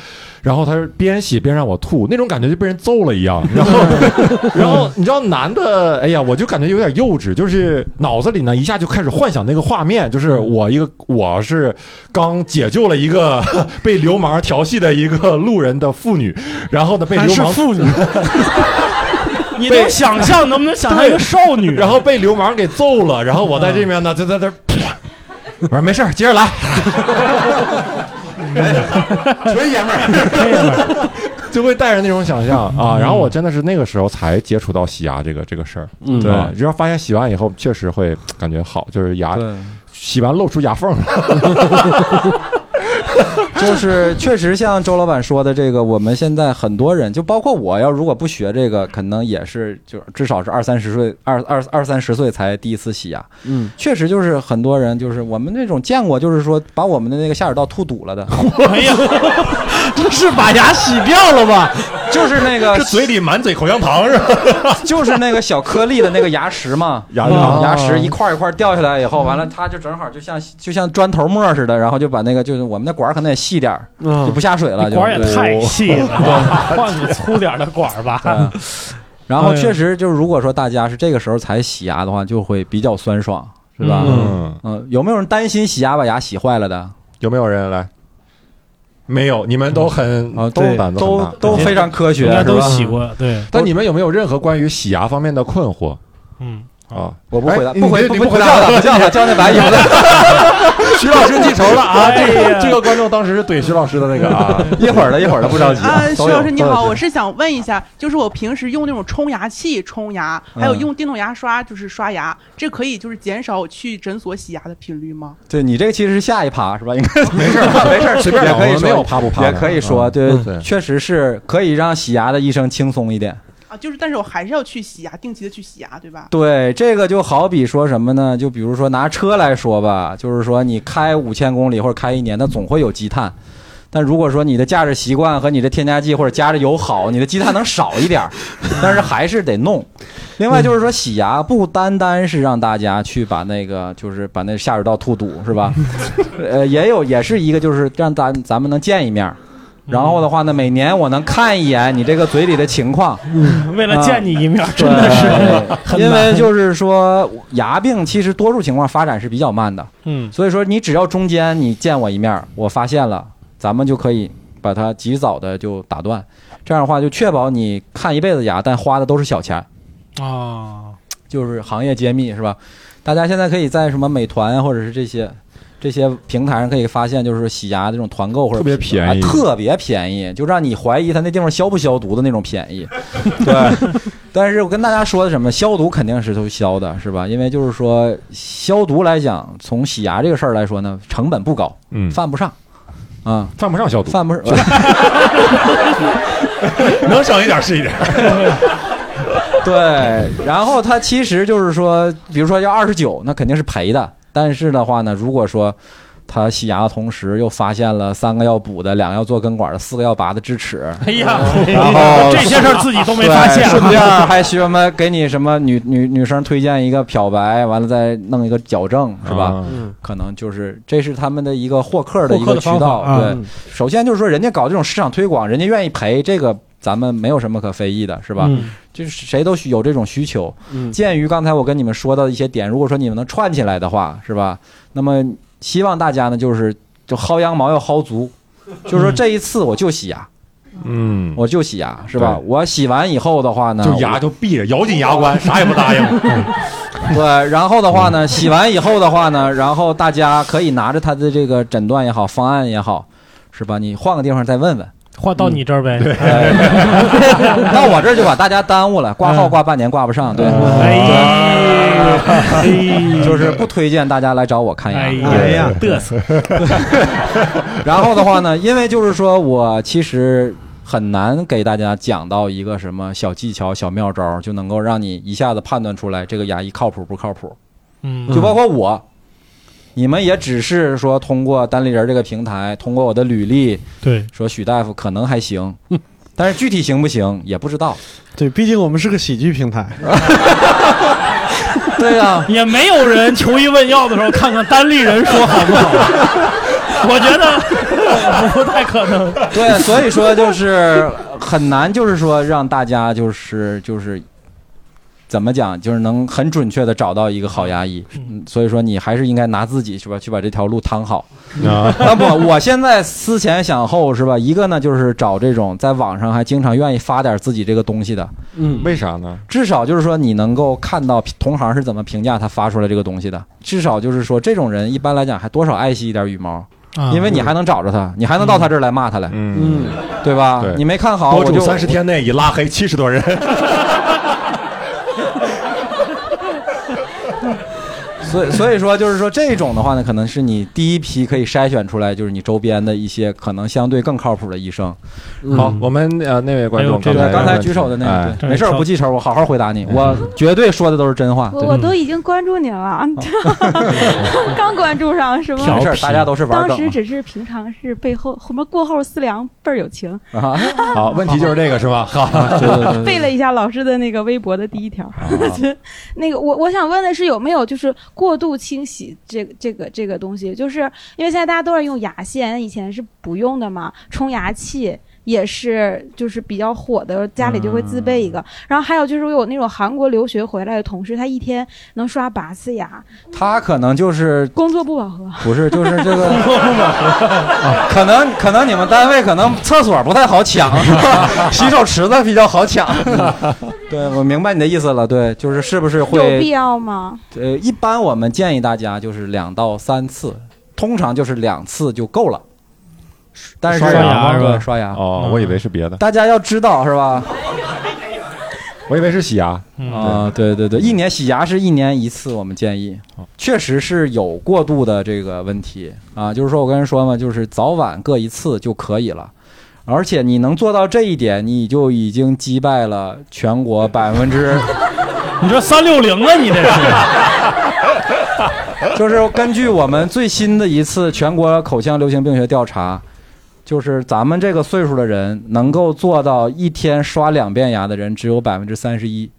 Speaker 2: 然后他是边洗边让我吐，那种感觉就被人揍了一样。然后， 然后你知道男的，哎呀，我就感觉有点幼稚，就是脑子里呢一下就开始幻想那个画面，就是
Speaker 3: 嗯
Speaker 2: 我一个我是刚解救了一个 被流氓调戏的一个路人的妇女，然后呢被
Speaker 5: 还
Speaker 2: 流
Speaker 5: 是
Speaker 2: 氓
Speaker 5: 妇女，
Speaker 3: 你能想象能不能想象一个少女？
Speaker 2: 然后被流氓给揍了，然后我在这边呢，就在这儿， 啪我说没事儿，接着来，纯爷们儿， 就会带着那种想象啊。然后我真的是那个时候才接触到洗牙这个这个事儿，
Speaker 5: 嗯
Speaker 2: 对，然后发现洗完以后确实会感觉好，就是牙
Speaker 6: 对，
Speaker 2: 洗完露出牙缝了，
Speaker 6: 就是确实像周老板说的，这个我们现在很多人，就包括我要如果不学这个，可能也是就至少是二三十岁，二二二三十岁才第一次洗牙。
Speaker 5: 嗯，
Speaker 6: 确实就是很多人就是我们那种见过，就是说把我们的那个下水道吐堵了的，
Speaker 3: 哎呀，
Speaker 5: 这 是把牙洗掉了吧？
Speaker 6: 就是那个
Speaker 4: 这嘴里满嘴口香糖是吧？
Speaker 6: 就是那个小颗粒的那个牙石嘛，
Speaker 2: 牙
Speaker 6: 啊牙石一块一块掉下来以后，完了它就正 好就像嗯就像砖头沫似的，然后就把那个就是我们那管儿可能也细点儿，就
Speaker 5: 嗯
Speaker 6: 不，下水了，就
Speaker 3: 管儿也
Speaker 6: 对
Speaker 3: 太细了，换个粗点儿的管儿 吧。
Speaker 6: 对然后
Speaker 3: 哎呀
Speaker 6: 确实就是，如果说大家是这个时候才洗牙的话，就会比较酸爽，是吧？
Speaker 3: 嗯
Speaker 2: 嗯，
Speaker 6: 嗯，有没有人担心洗牙把牙洗坏了的？
Speaker 2: 有没有人来？没有，你们都很
Speaker 6: 啊，
Speaker 2: 都
Speaker 6: 都
Speaker 2: 胆子很
Speaker 6: 都
Speaker 2: 大
Speaker 6: 都非常科学
Speaker 3: 应，该
Speaker 6: 是
Speaker 3: 都
Speaker 6: 吧？
Speaker 3: 洗过，对，
Speaker 2: 但你们有没有任何关于洗牙方面的困惑
Speaker 3: 嗯，
Speaker 2: 啊？
Speaker 6: 我不回答，
Speaker 2: 哎
Speaker 6: 不回
Speaker 2: 你
Speaker 6: 不
Speaker 2: 不回
Speaker 6: 叫
Speaker 2: 答
Speaker 6: 了，不叫了，叫那白银的。
Speaker 2: 徐老师记仇了啊！这
Speaker 3: 哎
Speaker 2: 个
Speaker 3: 呀
Speaker 2: 这个观众当时是怼徐老师的那个啊，
Speaker 6: 一会儿的，一会儿的，不着急啊
Speaker 9: 啊，。徐
Speaker 6: 都有
Speaker 9: 老师你好，
Speaker 6: 都有
Speaker 9: 我是想问一下，就是我平时用那种冲牙器冲牙，
Speaker 6: 嗯
Speaker 9: 还有用电动牙刷就是刷牙，这可以就是减少我去诊所洗牙的频率吗？
Speaker 6: 对你这个其实是下一趴是吧？应该
Speaker 2: 没事儿
Speaker 6: 没事儿，
Speaker 2: 随便
Speaker 6: 也
Speaker 2: 聊，
Speaker 6: 可以
Speaker 2: 我们没有
Speaker 6: 说，
Speaker 2: 怕不怕的，
Speaker 6: 也可以说，
Speaker 2: 嗯
Speaker 6: 对
Speaker 2: 嗯对，
Speaker 6: 确实是可以让洗牙的医生轻松一点。
Speaker 9: 啊，就是但是我还是要去洗牙，定期的去洗牙，对吧？
Speaker 6: 对，这个就好比说什么呢？就比如说拿车来说吧，就是说你开五千公里或者开一年，它总会有积碳。但如果说你的驾驶习惯和你的添加剂或者加的油好，你的积碳能少一点儿，但是还是得弄。另外就是说洗牙不单单是让大家去把那个就是把那下水道吐堵是吧？呃，也有也是一个就是让咱咱们能见一面儿。然后的话呢，每年我能看一眼你这个嘴里的情况，
Speaker 3: 嗯为了见你一面，真
Speaker 6: 嗯对
Speaker 3: 的是，很
Speaker 6: 因
Speaker 3: 难
Speaker 6: 为就是说牙病其实多数情况发展是比较慢的，
Speaker 3: 嗯
Speaker 6: 所以说你只要中间你见我一面儿，我发现了，咱们就可以把它及早的就打断，这样的话就确保你看一辈子牙，但花的都是小钱，
Speaker 3: 啊，
Speaker 6: 就是行业揭秘是吧？大家现在可以在什么美团啊或者是这些这些平台上可以发现，就是洗牙这种团购或者
Speaker 2: 特别便宜
Speaker 6: 啊特别便宜，就让你怀疑他那地方消不消毒的那种便 宜。对， 但是我跟大家说的什么，消毒肯定是都消的，是吧？因为就是说消毒来讲，从洗牙这个事儿来说呢，成本不高，
Speaker 2: 嗯，
Speaker 6: 犯不上。啊、
Speaker 2: 犯不上消毒，
Speaker 6: 犯不上，
Speaker 4: 能省一点是一点。
Speaker 6: 对，然后它其实就是说，比如说要二十九，那肯定是赔的。但是的话呢，如果说他洗牙的同时又发现了三个要补的、两个要做根管的、四个要拔的智齿，
Speaker 3: 哎呀，
Speaker 6: 然后
Speaker 3: 这些事儿自己都没
Speaker 6: 对
Speaker 3: 发现，啊
Speaker 6: 顺便还学什么给你什么女女女生推荐一个漂白，完了再弄一个矫正，是吧？
Speaker 2: 啊
Speaker 5: 嗯
Speaker 6: 可能就是这是他们的一个获客的一
Speaker 3: 获客
Speaker 6: 个
Speaker 3: 的
Speaker 6: 渠
Speaker 3: 方法
Speaker 6: 道。
Speaker 3: 啊
Speaker 6: 对，首先就是说人家搞这种市场推广，人家愿意赔这个。咱们没有什么可非议的，是吧？
Speaker 3: 嗯
Speaker 6: 就是谁都需有这种需求。
Speaker 5: 嗯
Speaker 6: 鉴于刚才我跟你们说到的一些点，如果说你们能串起来的话，是吧？那么希望大家呢，就是就薅羊毛要薅足，就是说这一次我就洗牙，
Speaker 2: 嗯，
Speaker 6: 我就洗牙，是吧？
Speaker 2: 对
Speaker 6: 我洗完以后的话呢，
Speaker 4: 就牙就闭着，咬紧牙 关，啥也不答应。
Speaker 6: 对，然后的话呢，洗完以后的话呢，然后大家可以拿着他的这个诊断也好，方案也好，是吧？你换个地方再问问。
Speaker 3: 换到你这儿呗。
Speaker 6: 哎到我这儿就把大家耽误了，挂号
Speaker 3: 嗯
Speaker 6: 挂半年挂不上，对，
Speaker 3: 哎呀，哎
Speaker 6: 就是不推荐大家来找我看牙。
Speaker 3: 哎
Speaker 5: 哎呀
Speaker 3: 呀，嘚瑟，
Speaker 6: 然后的话呢，因为就是说我其实很难给大家讲到一个什么小技巧、小妙招儿，就能够让你一下子判断出来这个牙医靠谱不靠谱。
Speaker 3: 嗯，
Speaker 6: 就包括我，你们也只是说通过单立人这个平台，通过我的履历，
Speaker 3: 对，
Speaker 6: 说许大夫可能还行。但是具体行不行也不知道。
Speaker 5: 对，毕竟我们是个喜剧平台，
Speaker 6: 对啊呀、
Speaker 3: 也没有人求医问药的时候看看单立人说好不好。我觉得不太可能。
Speaker 6: 对，所以 说就是很难，就是说让大家就是就是怎么讲，就是能很准确的找到一个好牙医。嗯，所以说你还是应该拿自己是吧，去把这条路趟好。
Speaker 2: 啊，
Speaker 6: 那不，我现在思前想后是吧？一个呢就是找这种在网上还经常愿意发点自己这个东西的，
Speaker 5: 嗯，
Speaker 2: 为啥呢？
Speaker 6: 至少就是说你能够看到同行是怎么评价他发出来这个东西的。至少就是说这种人一般来讲还多少爱惜一点羽毛，因为你还能找着他，你还能到他这儿来骂他来，
Speaker 2: 嗯，
Speaker 6: 对吧？
Speaker 2: 对
Speaker 6: 你没看好
Speaker 4: 博
Speaker 6: 我
Speaker 4: 主
Speaker 6: 就
Speaker 4: 三十天内已拉黑七十多人，
Speaker 6: 所以所以说就是说这种的话呢，可能是你第一批可以筛选出来，就是你周边的一些可能相对更靠谱的医生。嗯
Speaker 2: 好，我们呃那位观众
Speaker 3: 哎呦这
Speaker 2: 刚
Speaker 3: 个
Speaker 2: 才
Speaker 6: 刚才举手的那
Speaker 2: 哎
Speaker 6: 个，对没事，我不记仇，我好好回答你，我绝啊对说的都是真话。嗯
Speaker 7: 我我都已经关注你了， 刚关注上是
Speaker 6: 没
Speaker 7: 吗？
Speaker 6: 事儿，大家都是
Speaker 7: 当
Speaker 6: 玩梗
Speaker 7: 时只是平常是背后什么过后思量倍儿有情，
Speaker 6: 嘛啊。
Speaker 2: 好，问题就是这个是吧？好，
Speaker 6: 对
Speaker 2: 呃
Speaker 6: 对对
Speaker 7: 背了一下老师的那个微博的第一条。 那个我我想问的是有没有就是过度清洗这个这个这个东西，就是因为现在大家都是用牙线，以前是不用的嘛，冲牙器。也是，就是比较火的，家里就会自备一个。然后还有就是，我有那种韩国留学回来的同事，他一天能刷八次牙，
Speaker 6: 他可能就是
Speaker 7: 工作不饱和。
Speaker 6: 不是就是这个，啊 可能可能你们单位可能厕所不太好抢， 洗手池子比较好抢。
Speaker 2: 嗯
Speaker 6: 对，我明白你的意思了。对，就是是不是
Speaker 7: 有必
Speaker 6: 会
Speaker 7: 要吗？
Speaker 6: 呃，一般我们建议大家就是两到三次，通常就是两次就够了。但是
Speaker 2: 刷牙
Speaker 3: 是吧
Speaker 6: 对刷牙，嗯
Speaker 2: 哦，我以为是别的，
Speaker 6: 大家要知道是吧？
Speaker 2: 我以为是洗牙，
Speaker 6: 啊、
Speaker 3: 嗯
Speaker 6: 对对对，一年洗牙是一年一次，我们建议
Speaker 2: 好，
Speaker 6: 确实是有过度的这个问题啊，就是说我跟人说嘛，就是早晚各一次就可以了。而且你能做到这一点，你就已经击败了全 国百分之，
Speaker 3: 你这三六零啊，你这是
Speaker 6: 就是根据我们最新的一次全国口腔流行病学调查，就是咱们这个岁数的人能够做到一天刷两遍牙的人只有百分之三十一，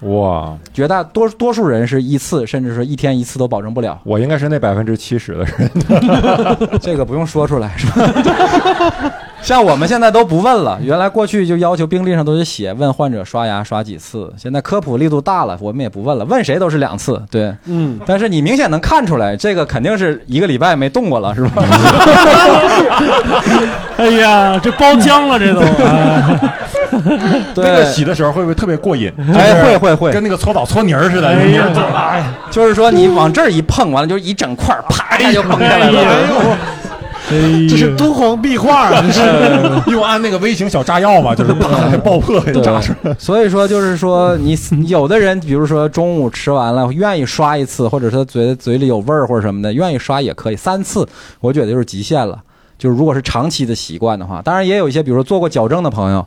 Speaker 2: 哇，
Speaker 6: 绝大多多数人是一次，甚至说一天一次都保证不了。
Speaker 2: 我 应该是那百分之七十的人，
Speaker 6: 这个不用说出来是吧？像我们现在都不问了，原来过去就要求病历上都得写问患者刷牙刷几次，现在科普力度大了，我们也不问了，问谁都是两次。对，
Speaker 5: 嗯，
Speaker 6: 但是你明显能看出来，这个肯定是一个礼拜没动过了，是吧？
Speaker 3: 哎呀，这包浆了，这都。
Speaker 6: 对，
Speaker 2: 那个洗的时候会不会特别过瘾？
Speaker 6: 哎，会会会，
Speaker 2: 跟那个搓澡搓泥儿似的。
Speaker 3: 哎呀
Speaker 2: 就是哎呀，
Speaker 6: 就是说你往这儿一碰，完了就一整块儿，啪
Speaker 2: 哎
Speaker 6: 一下就蹦下来了。
Speaker 5: 这是敦煌壁画 啊，这是。
Speaker 2: 用按那个微型小炸药嘛，就是 啪还爆破给炸出来。
Speaker 6: 所以说，就是说你，你有的人，比如说中午吃完了，愿意刷一次，或者他觉得嘴里有味儿或者什么的，愿意刷也可以，三次，我觉得就是极限了。就是如果是长期的习惯的话，当然也有一些，比如说做过矫正的朋友，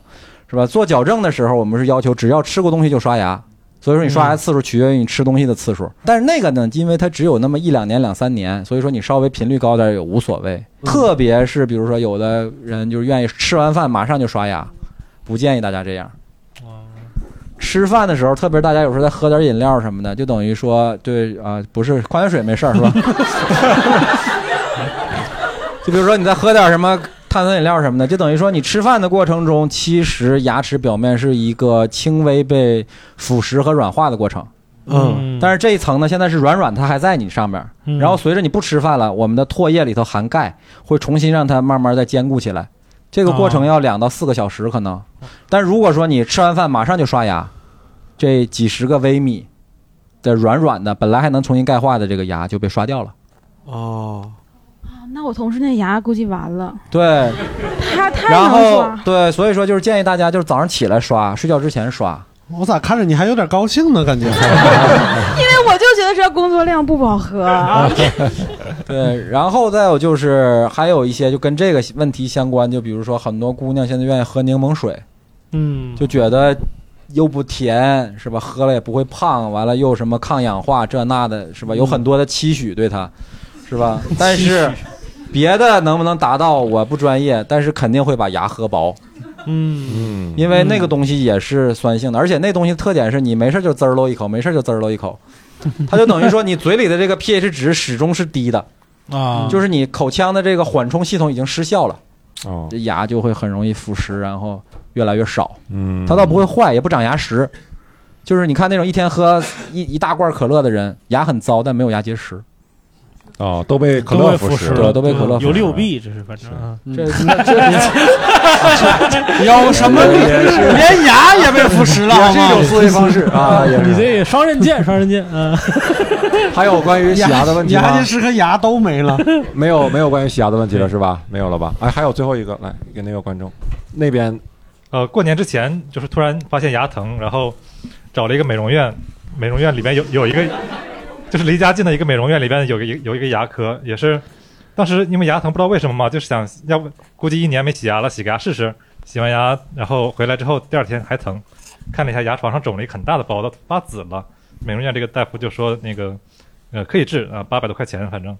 Speaker 6: 是吧？做矫正的时候，我们是要求只要吃过东西就刷牙。所以说你刷牙次数取决于你吃东西的次数，但是那个呢，因为它只有那么一两年、两三年，所以说你稍微频率高点儿也无所谓。特别是比如说有的人就是愿意吃完饭马上就刷牙，不建议大家这样。吃饭的时候，特别是大家有时候再喝点饮料什么的，就等于说对啊、不是矿泉水没事儿是吧？就比如说你再喝点什么碳酸饮料什么的，就等于说你吃饭的过程中，其实牙齿表面是一个轻微被腐蚀和软化的过程。
Speaker 5: 嗯，
Speaker 6: 但是这一层呢，现在是软软，它还在你上面。
Speaker 3: 嗯
Speaker 6: 然后随着你不吃饭了，我们的唾液里头含钙会重新让它慢慢再坚固起来。这个
Speaker 5: 啊
Speaker 6: 过程要两到四个小时可能。但如果说你吃完饭马上就刷牙，这几十个微米的软软的，本来还能重新钙化的这个牙就被刷掉了。
Speaker 5: 哦，
Speaker 7: 啊那我同事那牙估计完了，
Speaker 6: 对，
Speaker 7: 他太
Speaker 6: 然
Speaker 7: 能
Speaker 6: 后
Speaker 7: 刷。
Speaker 6: 对，所以说就是建议大家就是早上起来刷，睡觉之前刷。
Speaker 5: 我咋看着你还有点高兴呢？感觉
Speaker 7: 因为我就觉得这工作量不饱和，
Speaker 6: 啊 对，然后再有就是还有一些就跟这个问题相关，就比如说很多姑娘现在愿意喝柠檬水，
Speaker 3: 嗯，
Speaker 6: 就觉得又不甜是吧？喝了也不会胖，完了又什么抗氧化这那的是吧？有很多的期许对它，是吧？但是别的能不能达到我不专业，但是肯定会把牙喝薄。
Speaker 3: 嗯，
Speaker 2: 嗯，
Speaker 6: 因为那个东西也是酸性的，而且那东西特点是你没事就滋儿喽一口，没事就滋儿喽一口，它就等于说你嘴里的这个 pH 值始终是低的，
Speaker 3: 啊，
Speaker 6: 就是你口腔的这个缓冲系统已经失效了，
Speaker 2: 哦，
Speaker 6: 这牙就会很容易腐蚀，然后越来越少。
Speaker 2: 嗯，
Speaker 6: 它倒不会坏，也不长牙石，就是你看那种一天喝一 一大罐可乐的人，牙很糟，但没有牙结石。
Speaker 2: 哦，都被可
Speaker 3: 都
Speaker 2: 乐
Speaker 3: 被
Speaker 2: 腐
Speaker 3: 腐
Speaker 2: 蚀
Speaker 3: 蚀
Speaker 6: 了
Speaker 3: 了，
Speaker 6: 都被可乐
Speaker 3: 有利
Speaker 2: 腐蚀
Speaker 3: 有
Speaker 2: 了
Speaker 3: 弊，这是反正啊。
Speaker 6: 这那 这
Speaker 5: 有什么理？连牙也被腐蚀了， 好
Speaker 6: 这种
Speaker 5: 吗？
Speaker 6: 思维方式啊，也
Speaker 3: 你
Speaker 6: 是。
Speaker 3: 这双刃剑， 双刃剑， 嗯，
Speaker 6: 还有关于洗牙的问题
Speaker 5: 牙
Speaker 6: 吗
Speaker 5: 结？石和牙都没了。
Speaker 2: 没有没有关于洗牙的问题了是吧？没有了吧？哎，还有最后一个，来给那个观众那边
Speaker 10: 呃，过年之前就是突然发现牙疼，然后找了一个美容院，美容院里面有有一个，就是离家近的一个美容院里边有个有一个牙科，也是当时因为牙疼不知道为什么嘛，就是想要不估计一年没洗牙了，洗个牙试试。洗完牙然后回来之后第二天还疼，看了一下牙床上肿了一个很大的包，都发紫了。美容院这个大夫就说那个呃可以治啊，八、百多块钱反正。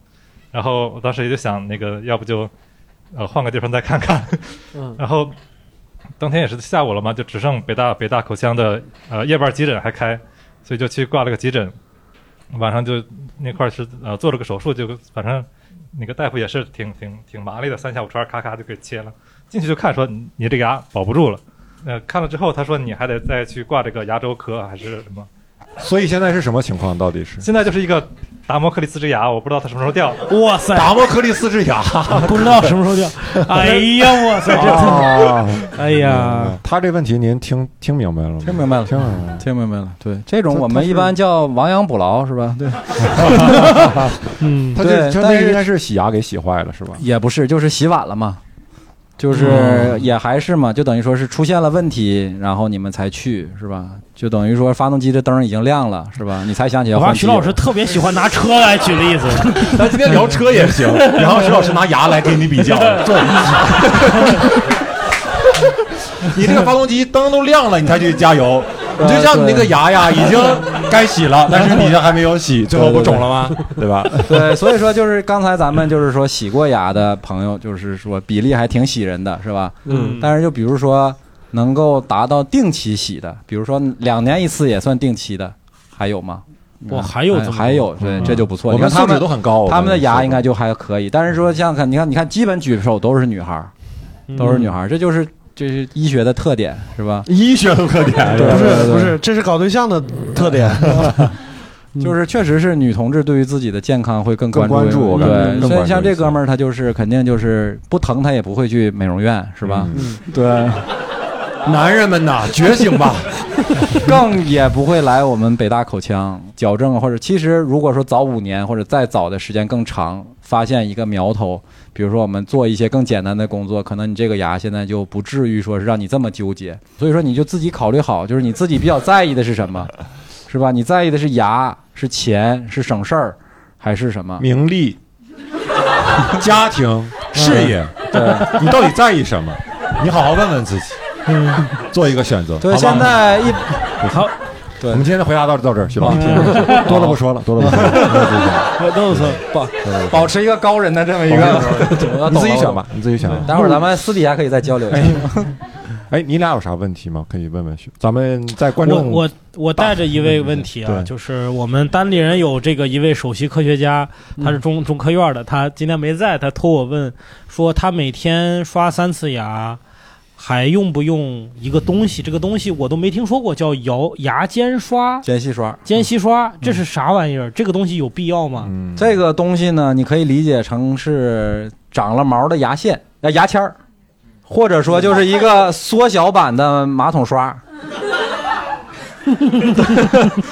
Speaker 10: 然后我当时也就想那个要不就呃换个地方再看看，
Speaker 5: 嗯
Speaker 10: 然后当天也是下午了嘛，就只剩北大北大口腔的呃夜班急诊还开，所以就去挂了个急诊。晚上就那块儿是呃做了个手术，就反正那个大夫也是挺挺挺麻利的，三下五除二咔咔就给切了。进去就看说你你这个牙保不住了，呃看了之后他说你还得再去挂这个牙周科还是什么。
Speaker 2: 所以现在是什么情况？到底是
Speaker 10: 现在就是一个达摩克利斯之牙，我不知道它什么时候掉。
Speaker 3: 哇塞，
Speaker 2: 达摩克利斯之牙
Speaker 3: 不知道什么时候掉。 哎呀，哇塞，这，
Speaker 2: 啊！
Speaker 3: 哎呀，
Speaker 2: 嗯他这问题您听听明白了吗？
Speaker 6: 听明白了
Speaker 2: 听明白了。
Speaker 6: 听明白了，对，这种我们一般叫亡羊补牢，是吧？ 对，
Speaker 3: 嗯，
Speaker 2: 他
Speaker 6: 对
Speaker 2: 这他
Speaker 6: 但
Speaker 2: 那
Speaker 6: 是
Speaker 2: 应该是洗牙给洗坏了是吧？
Speaker 6: 也不是，就是洗碗了嘛，
Speaker 4: 嗯
Speaker 6: 就是也还是嘛，就等于说是出现了问题，然后你们才去，是吧？就等于说发动机的灯已经亮了，是吧？你才想起要
Speaker 3: 我发
Speaker 6: 换
Speaker 3: 现
Speaker 6: 机
Speaker 3: 徐
Speaker 6: 油。
Speaker 3: 老师特别喜欢拿车来举例 子，
Speaker 4: 咱今天聊车也行，然后石老师拿牙来给你 比较，对，你这个发动机灯都亮了，你才去加油。你就像你那个牙呀，已经该洗了，但是你这还没有洗，最后不肿了吗？
Speaker 2: 对吧？
Speaker 6: 对，所以说就是刚才咱们就是说洗过牙的朋友，就是说比例还挺喜人的，是吧？
Speaker 5: 嗯
Speaker 6: 但是就比如说能够达到定期洗的，比如说两年一次也算定期的，还有吗？嗯
Speaker 3: 哇还有这么多嗯
Speaker 6: 还有，对，这就不错。你
Speaker 2: 我
Speaker 6: 看
Speaker 2: 们
Speaker 6: 他
Speaker 2: 素
Speaker 6: 们
Speaker 2: 质都很高，
Speaker 6: 他们的牙应该
Speaker 2: 就
Speaker 6: 就还可以，但是说像看，你看，你看，基本举手都是女孩儿，
Speaker 3: 嗯
Speaker 6: 都是女孩儿，这就是这是医学的特点，是吧？
Speaker 4: 医学的特点
Speaker 6: 对
Speaker 5: 不
Speaker 6: 对
Speaker 5: 是
Speaker 6: 对
Speaker 5: 不是，这是搞对象的特点。
Speaker 6: 就是确实是女同志对于自己的健康会更
Speaker 4: 嗯
Speaker 6: 关
Speaker 4: 更关注我感觉更关
Speaker 6: 对，
Speaker 4: 注
Speaker 6: 像像
Speaker 4: 一
Speaker 6: 这
Speaker 4: 些
Speaker 6: 哥们儿，他就是肯定就是不疼，他也不会去美容院，是吧？
Speaker 4: 对，男人们呐，觉醒吧！
Speaker 6: 更也不会来我们北大口腔矫正啊，或者其实如果说早五年或者再早的时间更长，发现一个苗头，比如说我们做一些更简单的工作，可能你这个牙现在就不至于说是让你这么纠结。所以说你就自己考虑好，就是你自己比较在意的是什么，是吧？你在意的是牙，是钱，是省事儿，还是什么？
Speaker 2: 名利、
Speaker 4: 家 庭、事业，
Speaker 2: 嗯
Speaker 6: 对
Speaker 4: 你到底在意什么？你好好问问自己，做一个选择。
Speaker 6: 对，
Speaker 4: 好吧
Speaker 6: 现在一
Speaker 3: 好，
Speaker 6: 对，
Speaker 4: 我们今天的回答到到这儿，徐老师
Speaker 6: 嗯 嗯，
Speaker 4: 多了不说了，多了不说 了，
Speaker 3: 都是
Speaker 6: 保保持一个高人的这么一
Speaker 4: 保
Speaker 6: 个
Speaker 4: 持一个高人，
Speaker 6: 我
Speaker 4: 你自己
Speaker 6: 懂了
Speaker 4: 选吧，。你自己选吧。
Speaker 6: 待会儿咱们私底下可以再交流一下。
Speaker 4: 哎，你俩有啥问题吗？可以问问徐，咱们在观
Speaker 3: 我
Speaker 4: 众
Speaker 3: 我我带着一位问题啊，
Speaker 4: 对
Speaker 3: 就是我们单立人有这个一位首席科学家，他
Speaker 6: 嗯
Speaker 3: 是中中科院的，他今天没在，他托我问说他每天刷三次牙，还用不用一个东西？这个东西我都没听说过，叫摇牙间刷、
Speaker 6: 间隙刷，
Speaker 3: 间隙
Speaker 6: 嗯
Speaker 3: 刷，这是啥玩意儿？这个东西有必要吗？
Speaker 6: 这个东西呢，你可以理解成是长了毛的牙线、呃牙签儿，或者说就是一个缩小版的马桶刷。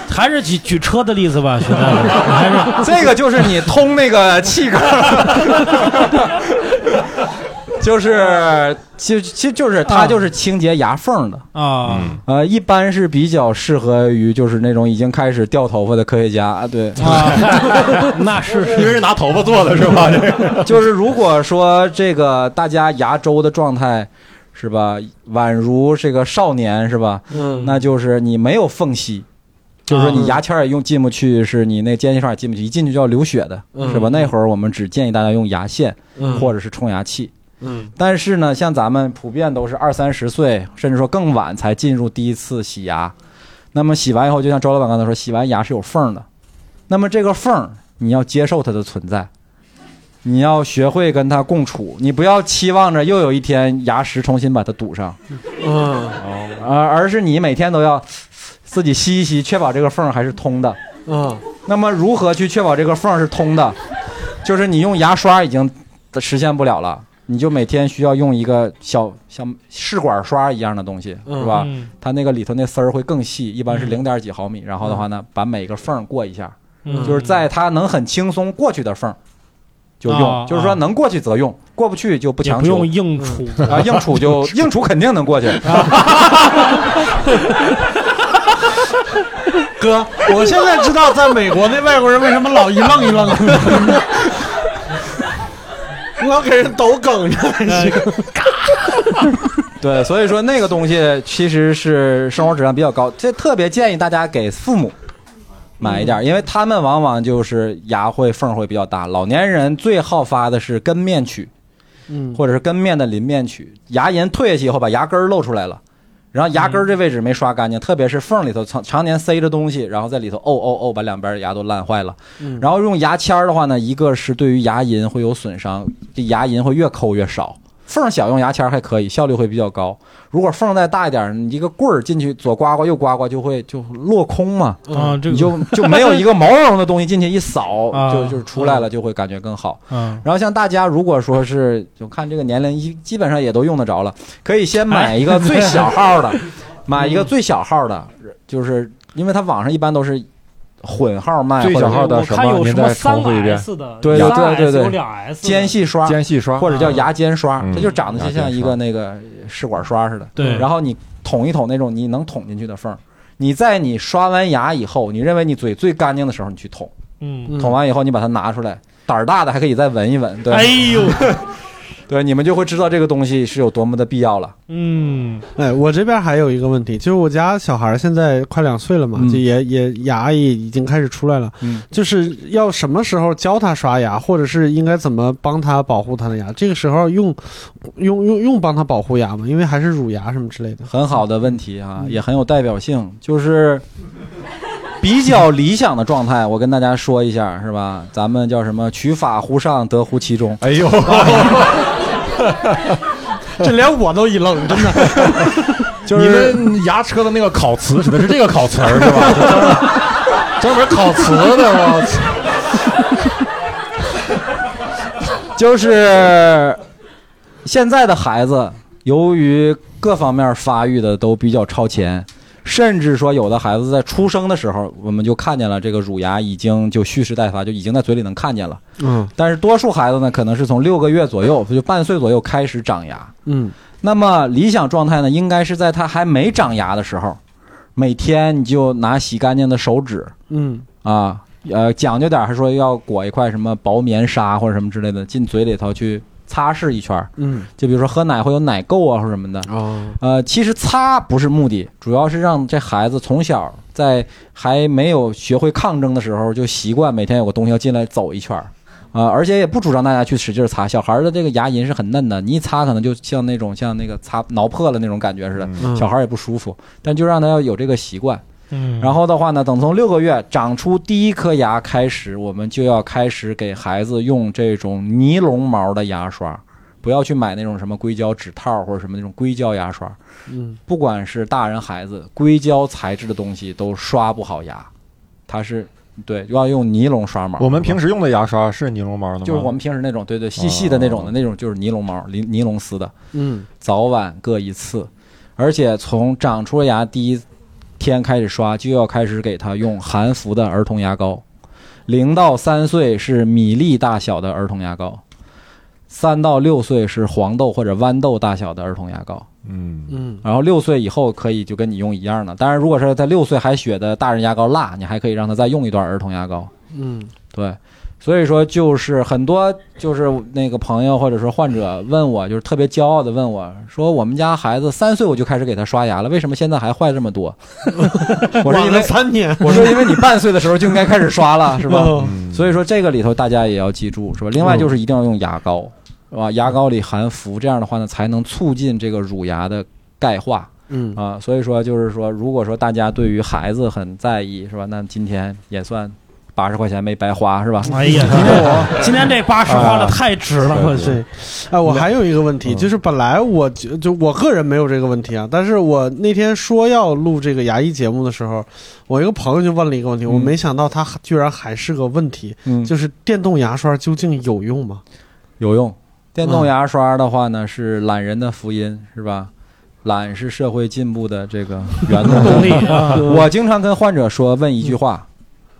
Speaker 3: 还是举举车的例子吧，兄弟，还是
Speaker 6: 这个就是你通那个气管儿，就是其其实就是它就是清洁牙缝的。
Speaker 3: 啊，
Speaker 4: 嗯
Speaker 6: 呃，一般是比较适合于就是那种已经开始掉头发的科学家啊，对，
Speaker 3: 那是
Speaker 4: 因为是拿头发做的是吧？这个
Speaker 6: 就是如果说这个大家牙周的状态是吧，宛如这个少年是吧，
Speaker 5: 嗯，
Speaker 6: 那就是你没有缝隙，就是说你牙签儿也用进不去，是你那间隙上也进不去，一进去就要流血的，
Speaker 5: 嗯
Speaker 6: 是吧？那会儿我们只建议大家用牙线
Speaker 5: 嗯
Speaker 6: 或者是冲牙器。
Speaker 5: 嗯
Speaker 6: 但是呢，像咱们普遍都是二三十岁，甚至说更晚才进入第一次洗牙。那么洗完以后，就像周老板刚才说，洗完牙是有缝儿的。那么这个缝儿，你要接受它的存在，你要学会跟它共处，你不要期望着又有一天牙石重新把它堵上，哦
Speaker 5: 嗯
Speaker 6: 而而是你每天都要自己吸一吸，确保这个缝儿还是通的。
Speaker 5: 嗯
Speaker 6: 那么如何去确保这个缝儿是通的？就是你用牙刷已经实现不了了，你就每天需要用一个小像试管刷一样的东西，
Speaker 5: 嗯
Speaker 6: 是吧
Speaker 3: 嗯？
Speaker 6: 它那个里头那丝儿会更细，一般是
Speaker 3: 嗯
Speaker 6: 零点几毫米。然后的话呢，把每个缝儿过一下，
Speaker 3: 嗯
Speaker 6: 就是在它能很轻松过去的缝儿就
Speaker 3: 啊
Speaker 6: 用，就是说
Speaker 3: 啊
Speaker 6: 能过去则用，过不去就不
Speaker 3: 也
Speaker 6: 强
Speaker 3: 不
Speaker 6: 求
Speaker 3: 用。硬杵，
Speaker 6: 啊，硬杵 就硬杵肯定能过去。
Speaker 5: 哥，我现在知道在美国那外国人为什么老一愣一 愣的，老给人抖梗着还 行。
Speaker 6: 对，所以说那个东西其实是生活质量比较高，这特别建议大家给父母买一点
Speaker 3: 嗯
Speaker 6: 儿，因为他们往往就是牙会缝儿会比较大。老年人最好发的是根面龋，
Speaker 5: 嗯
Speaker 6: 或者是根面的邻面龋，牙龈退下去以后把牙根儿露出来了。然后牙
Speaker 3: 嗯
Speaker 6: 根儿这位置没刷干净，特别是缝儿里头常常年塞着东西，然后在里头哦哦哦，把两边儿牙都烂坏了。
Speaker 5: 嗯
Speaker 6: 然后用牙签儿的话呢，一个是对于牙龈会有损伤，这牙龈会越抠越少。缝儿小用牙签儿还可以，效率会比较高。如果缝儿再大一点儿，你一个棍儿进去左刮刮右刮刮就会就落空嘛，
Speaker 3: 啊，这个
Speaker 6: 你就就没有一个毛茸茸的东西进去一扫
Speaker 3: 啊
Speaker 6: 就就是出来了，就会感觉更好。
Speaker 3: 嗯，
Speaker 6: 然后像大家如果说是就看这个年龄，一基本上也都用得着了，可以先
Speaker 4: 哎
Speaker 6: 买一个最小号 的，
Speaker 4: 嗯
Speaker 6: 买一个最小号的，就是因为它网上一般都是混号卖，
Speaker 4: 最
Speaker 6: 或
Speaker 4: 小
Speaker 6: 者
Speaker 4: 号的
Speaker 3: 我
Speaker 4: 什
Speaker 3: 看
Speaker 4: 么？
Speaker 3: 有
Speaker 4: 您
Speaker 3: 什么
Speaker 4: 再
Speaker 3: 三
Speaker 4: 重
Speaker 3: 个
Speaker 4: 复一遍。
Speaker 3: S 的，
Speaker 6: 对
Speaker 3: 有
Speaker 6: 对
Speaker 3: 三个
Speaker 6: 对
Speaker 3: S，
Speaker 6: 对
Speaker 3: 有俩 S 的
Speaker 6: 间隙刷，
Speaker 4: 间隙刷
Speaker 6: 或者叫牙尖刷，
Speaker 4: 嗯
Speaker 6: 它就长得就像一
Speaker 4: 牙
Speaker 6: 个那个试管刷似的。
Speaker 3: 对
Speaker 6: 然后你捅一捅那种你能捅进去的缝儿，你在你刷完牙以后，你认为你嘴最干净的时候，你去捅，
Speaker 3: 嗯，
Speaker 6: 捅完以后你把它拿出来，胆儿大的还可以再闻一闻。对，
Speaker 3: 哎呦，
Speaker 6: 对，你们就会知道这个东西是有多么的必要了。
Speaker 3: 嗯，
Speaker 5: 哎，我这边还有一个问题，就是我家小孩现在快两岁了嘛，
Speaker 6: 嗯
Speaker 5: 就也也牙也已经开始出来了，
Speaker 6: 嗯
Speaker 5: 就是要什么时候教他刷牙，或者是应该怎么帮他保护他的牙？这个时候用用用用帮他保护牙吗？因为还是乳牙什么之类的。
Speaker 6: 很好的问题
Speaker 5: 嗯
Speaker 6: 啊，也很有代表性，就是比较理想的状态。我跟大家说一下，是吧？咱 们叫什么？取法乎上，得乎其中。
Speaker 4: 哎呦，
Speaker 5: 哎这连我都一愣，真的。
Speaker 2: 就是你们牙车的那个烤瓷指的是这个烤瓷儿是 吧？专门烤瓷的，我操！
Speaker 6: 就是现在的孩子，由于各方面发育的都比较超前，甚至说有的孩子在出生的时候，我们就看见了这个乳牙已经就蓄势待发，就已经在嘴里能看见了。
Speaker 5: 嗯
Speaker 6: 但是多数孩子呢，可能是从六个月左右，就半岁左右开始长牙。
Speaker 5: 嗯
Speaker 6: 那么理想状态呢，应该是在他还没长牙的时候，每天你就拿洗干净的手指
Speaker 5: 嗯
Speaker 6: 啊，呃，讲究点儿还说要裹一块什么薄棉纱或者什么之类的进嘴里头去擦拭一圈儿。
Speaker 5: 嗯
Speaker 6: 就比如说喝奶会有奶垢啊或者什么的。
Speaker 5: 哦
Speaker 6: 呃，其实擦不是目的，主要是让这孩子从小在还没有学会抗争的时候，就习惯每天有个东西要进来走一圈儿。啊、而且也不主张大家去使劲儿擦，小孩儿的这个牙龈是很嫩的，你一擦可能就像那种像那个擦挠破了那种感觉似的，
Speaker 5: 嗯
Speaker 6: 小孩儿也不舒服。但就让他要有这个习惯，
Speaker 3: 嗯，
Speaker 6: 然后的话呢，等从六个月长出第一颗牙开始，我们就要开始给孩子用这种尼龙毛的牙刷，不要去买那种什么硅胶指套或者什么那种硅胶牙刷。
Speaker 5: 嗯
Speaker 6: 不管是大人孩子，硅胶材质的东西都刷不好牙， 它是对要用尼龙刷毛。
Speaker 2: 我们平时用的牙刷是尼龙毛的吗？
Speaker 6: 就是我
Speaker 4: 哦
Speaker 6: 们平时那种对对细细的那
Speaker 2: 哦
Speaker 6: 种的、那种就是尼龙毛尼尼龙丝的。
Speaker 5: 嗯
Speaker 6: 早晚各一次，而且从长出牙第一天开始刷，就要开始给他用含氟的儿童牙膏。零到三岁是米粒大小的儿童牙膏，三到六岁是黄豆或者豌豆大小的儿童牙膏，
Speaker 2: 嗯，
Speaker 5: 嗯
Speaker 6: 然后六岁以后可以就跟你用一样的。当然，如果是在六岁还学的大人牙膏辣，你还可以让他再用一段儿童牙膏。
Speaker 5: 嗯
Speaker 6: 对，所以说就是很多就是那个朋友或者说患者问我，就是特别骄傲的问我说，我们家孩子三岁我就开始给他刷牙了，为什么现在还坏这么多？ 我说
Speaker 5: 晚
Speaker 6: 因
Speaker 5: 了
Speaker 6: 为
Speaker 5: 三年，
Speaker 6: 我说因为你半岁的时候就应该开始刷了，是吧？
Speaker 5: 哦
Speaker 6: 所以说这个里头大家也要记住，是吧？另外就是一定要用牙膏，是吧？牙膏里含氟，这样的话呢，才能促进这个乳牙的钙化。
Speaker 5: 嗯
Speaker 6: 啊，所以说就是说，如果说大家对于孩子很在意，是吧？那今天也算八十块钱没白花，是吧？
Speaker 3: 哎呀，今天我今天这八十花
Speaker 6: 啊
Speaker 3: 的太值了，我去。
Speaker 5: 对，哎，我还有一个问题，就是本来我就就我个人没有这个问题啊，但是我那天说要录这个牙医节目的时候，我一个朋友就问了一个问题，我
Speaker 6: 嗯
Speaker 5: 没想到他居然还是个问题，
Speaker 6: 嗯，
Speaker 5: 就是电动牙刷究竟有用吗？
Speaker 6: 有用。电动牙刷的话呢，是懒人的福音，是吧？懒是社会进步的这个原动
Speaker 3: 动力
Speaker 6: 力。
Speaker 3: 啊，
Speaker 6: 我经常跟患者说，问一句话，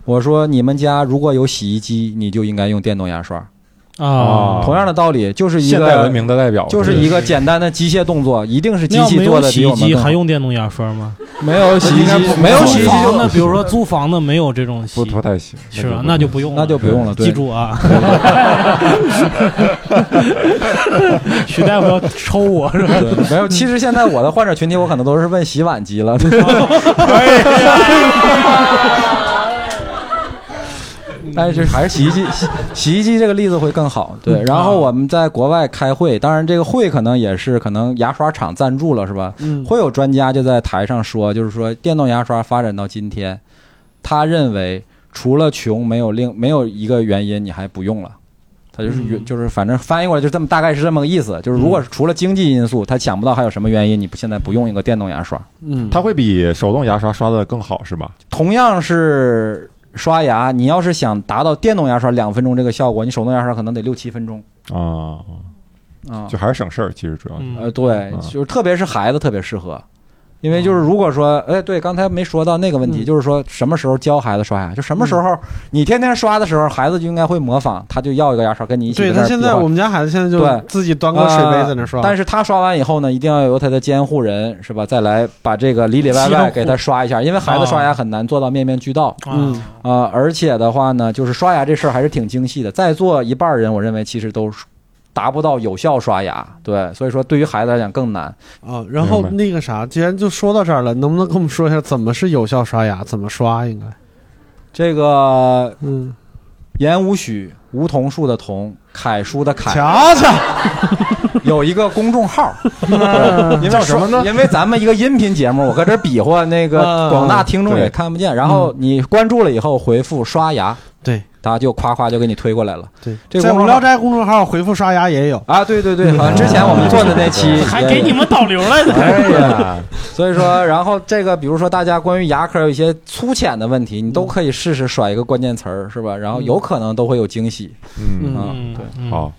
Speaker 6: 我说你们家如果有洗衣机，你就应该用电动牙刷。
Speaker 3: 啊，
Speaker 6: 同样的道理，就是一
Speaker 2: 现代文
Speaker 6: 个
Speaker 2: 明的代表，
Speaker 6: 就是一个简单的机械动作，一定是机
Speaker 3: 那要
Speaker 6: 器
Speaker 3: 没
Speaker 6: 做
Speaker 3: 有
Speaker 6: 的
Speaker 3: 洗衣
Speaker 6: 比我们
Speaker 3: 机
Speaker 6: 更好
Speaker 3: 还用电动牙刷吗？
Speaker 6: 没有洗衣
Speaker 2: 应该
Speaker 6: 机
Speaker 2: 不
Speaker 6: 没有
Speaker 2: 不
Speaker 6: 洗衣
Speaker 3: 租
Speaker 6: 机就
Speaker 3: 房的，比如说租房的没有这种洗
Speaker 2: 不，不太行，
Speaker 3: 是吧？那就不用了，
Speaker 6: 那就不用了。对
Speaker 3: 记住啊，徐大夫要抽我是吧？
Speaker 6: 对没有。其实现在我的患者群体，我可能都是问洗碗 机了。
Speaker 3: 哎
Speaker 5: 嗯
Speaker 6: 但是还是洗衣机，洗洗衣机这个例子会更好。对，然后我们在国外开会，当然这个会可能也是可能牙刷厂赞助了，是吧？
Speaker 5: 嗯
Speaker 6: 会有专家就在台上说，就是说电动牙刷发展到今天，他认为除了穷没有另没有一个原因你还不用了。他就是原就是反正翻译过来就这么大概是这么个意思，就是如果是除了经济因素，他想不到还有什么原因你不现在不用一个电动牙刷。
Speaker 5: 嗯，
Speaker 2: 它会比手动牙刷刷的更好是吧？
Speaker 6: 同样是刷牙，你要是想达到电动牙刷两分钟这个效果，你手动牙刷可能得六七分钟
Speaker 2: 啊，
Speaker 6: 啊
Speaker 2: 就。还是省事儿，其实主
Speaker 5: 啊
Speaker 2: 要是
Speaker 3: 嗯
Speaker 6: 呃，对
Speaker 2: 嗯，
Speaker 6: 就是特别是孩子特别适合，因为就是如果说，哎，对，刚才没说到那个问题，
Speaker 5: 啊嗯
Speaker 6: 就是说什么时候教孩子刷牙，就什么时候你天天刷的时候，孩子就应该会模仿，他就要一个牙刷跟你一起
Speaker 5: 对
Speaker 6: 在那
Speaker 5: 他
Speaker 6: 儿
Speaker 5: 现
Speaker 6: 比
Speaker 5: 在
Speaker 6: 划
Speaker 5: 我们家孩子现在
Speaker 6: 对
Speaker 5: 就自己端个水杯在那刷，
Speaker 6: 但
Speaker 5: 是
Speaker 6: 是他刷完以后呢，一定要由他的监护人是吧，再来把这个里里外
Speaker 3: 监
Speaker 6: 外
Speaker 3: 护
Speaker 6: 给他刷一下，因为孩子刷牙很难做到面面俱到
Speaker 5: 啊嗯
Speaker 3: 啊，
Speaker 6: 啊、而且的话呢，就是刷牙这事儿还是挺精细的，在座一半儿人我认为其实都达不到有效刷牙，对，所以说对于孩子来讲更难。
Speaker 5: 啊，然后
Speaker 2: 明白
Speaker 5: 那个啥，既然就说到这儿了，能不能跟我们说一下怎么是有效刷牙，怎么刷应该？
Speaker 6: 这个
Speaker 5: 嗯，
Speaker 6: 言无许，梧桐树的桐，楷书的楷，
Speaker 5: 瞧瞧，
Speaker 6: 有一个公众号，
Speaker 5: 嗯
Speaker 6: 对因为什么呢？因为咱们一个音频节目，我搁这比划，那个
Speaker 5: 啊
Speaker 6: 广大听众也
Speaker 2: 对
Speaker 6: 看不见。然后你关注了以后回复“刷牙
Speaker 5: 嗯对，”
Speaker 6: 他就夸夸就给你推过来了。
Speaker 5: 对，
Speaker 6: 这个
Speaker 5: 在
Speaker 6: 公
Speaker 5: 无
Speaker 6: 众
Speaker 5: 聊
Speaker 6: 号
Speaker 5: 斋公众号回复刷牙也有
Speaker 6: 啊，对对对， 好像之前我们做的那 期
Speaker 3: 还给你们导流 来的。
Speaker 6: 哎 呀，所以说，然后这个，比如说大家关于牙科有一些粗浅的问题，你都可以试试甩一个关键词儿，是吧？然后有可能都会有惊喜。
Speaker 2: 嗯
Speaker 6: 啊
Speaker 3: 嗯，
Speaker 6: 对
Speaker 3: 嗯
Speaker 2: 好，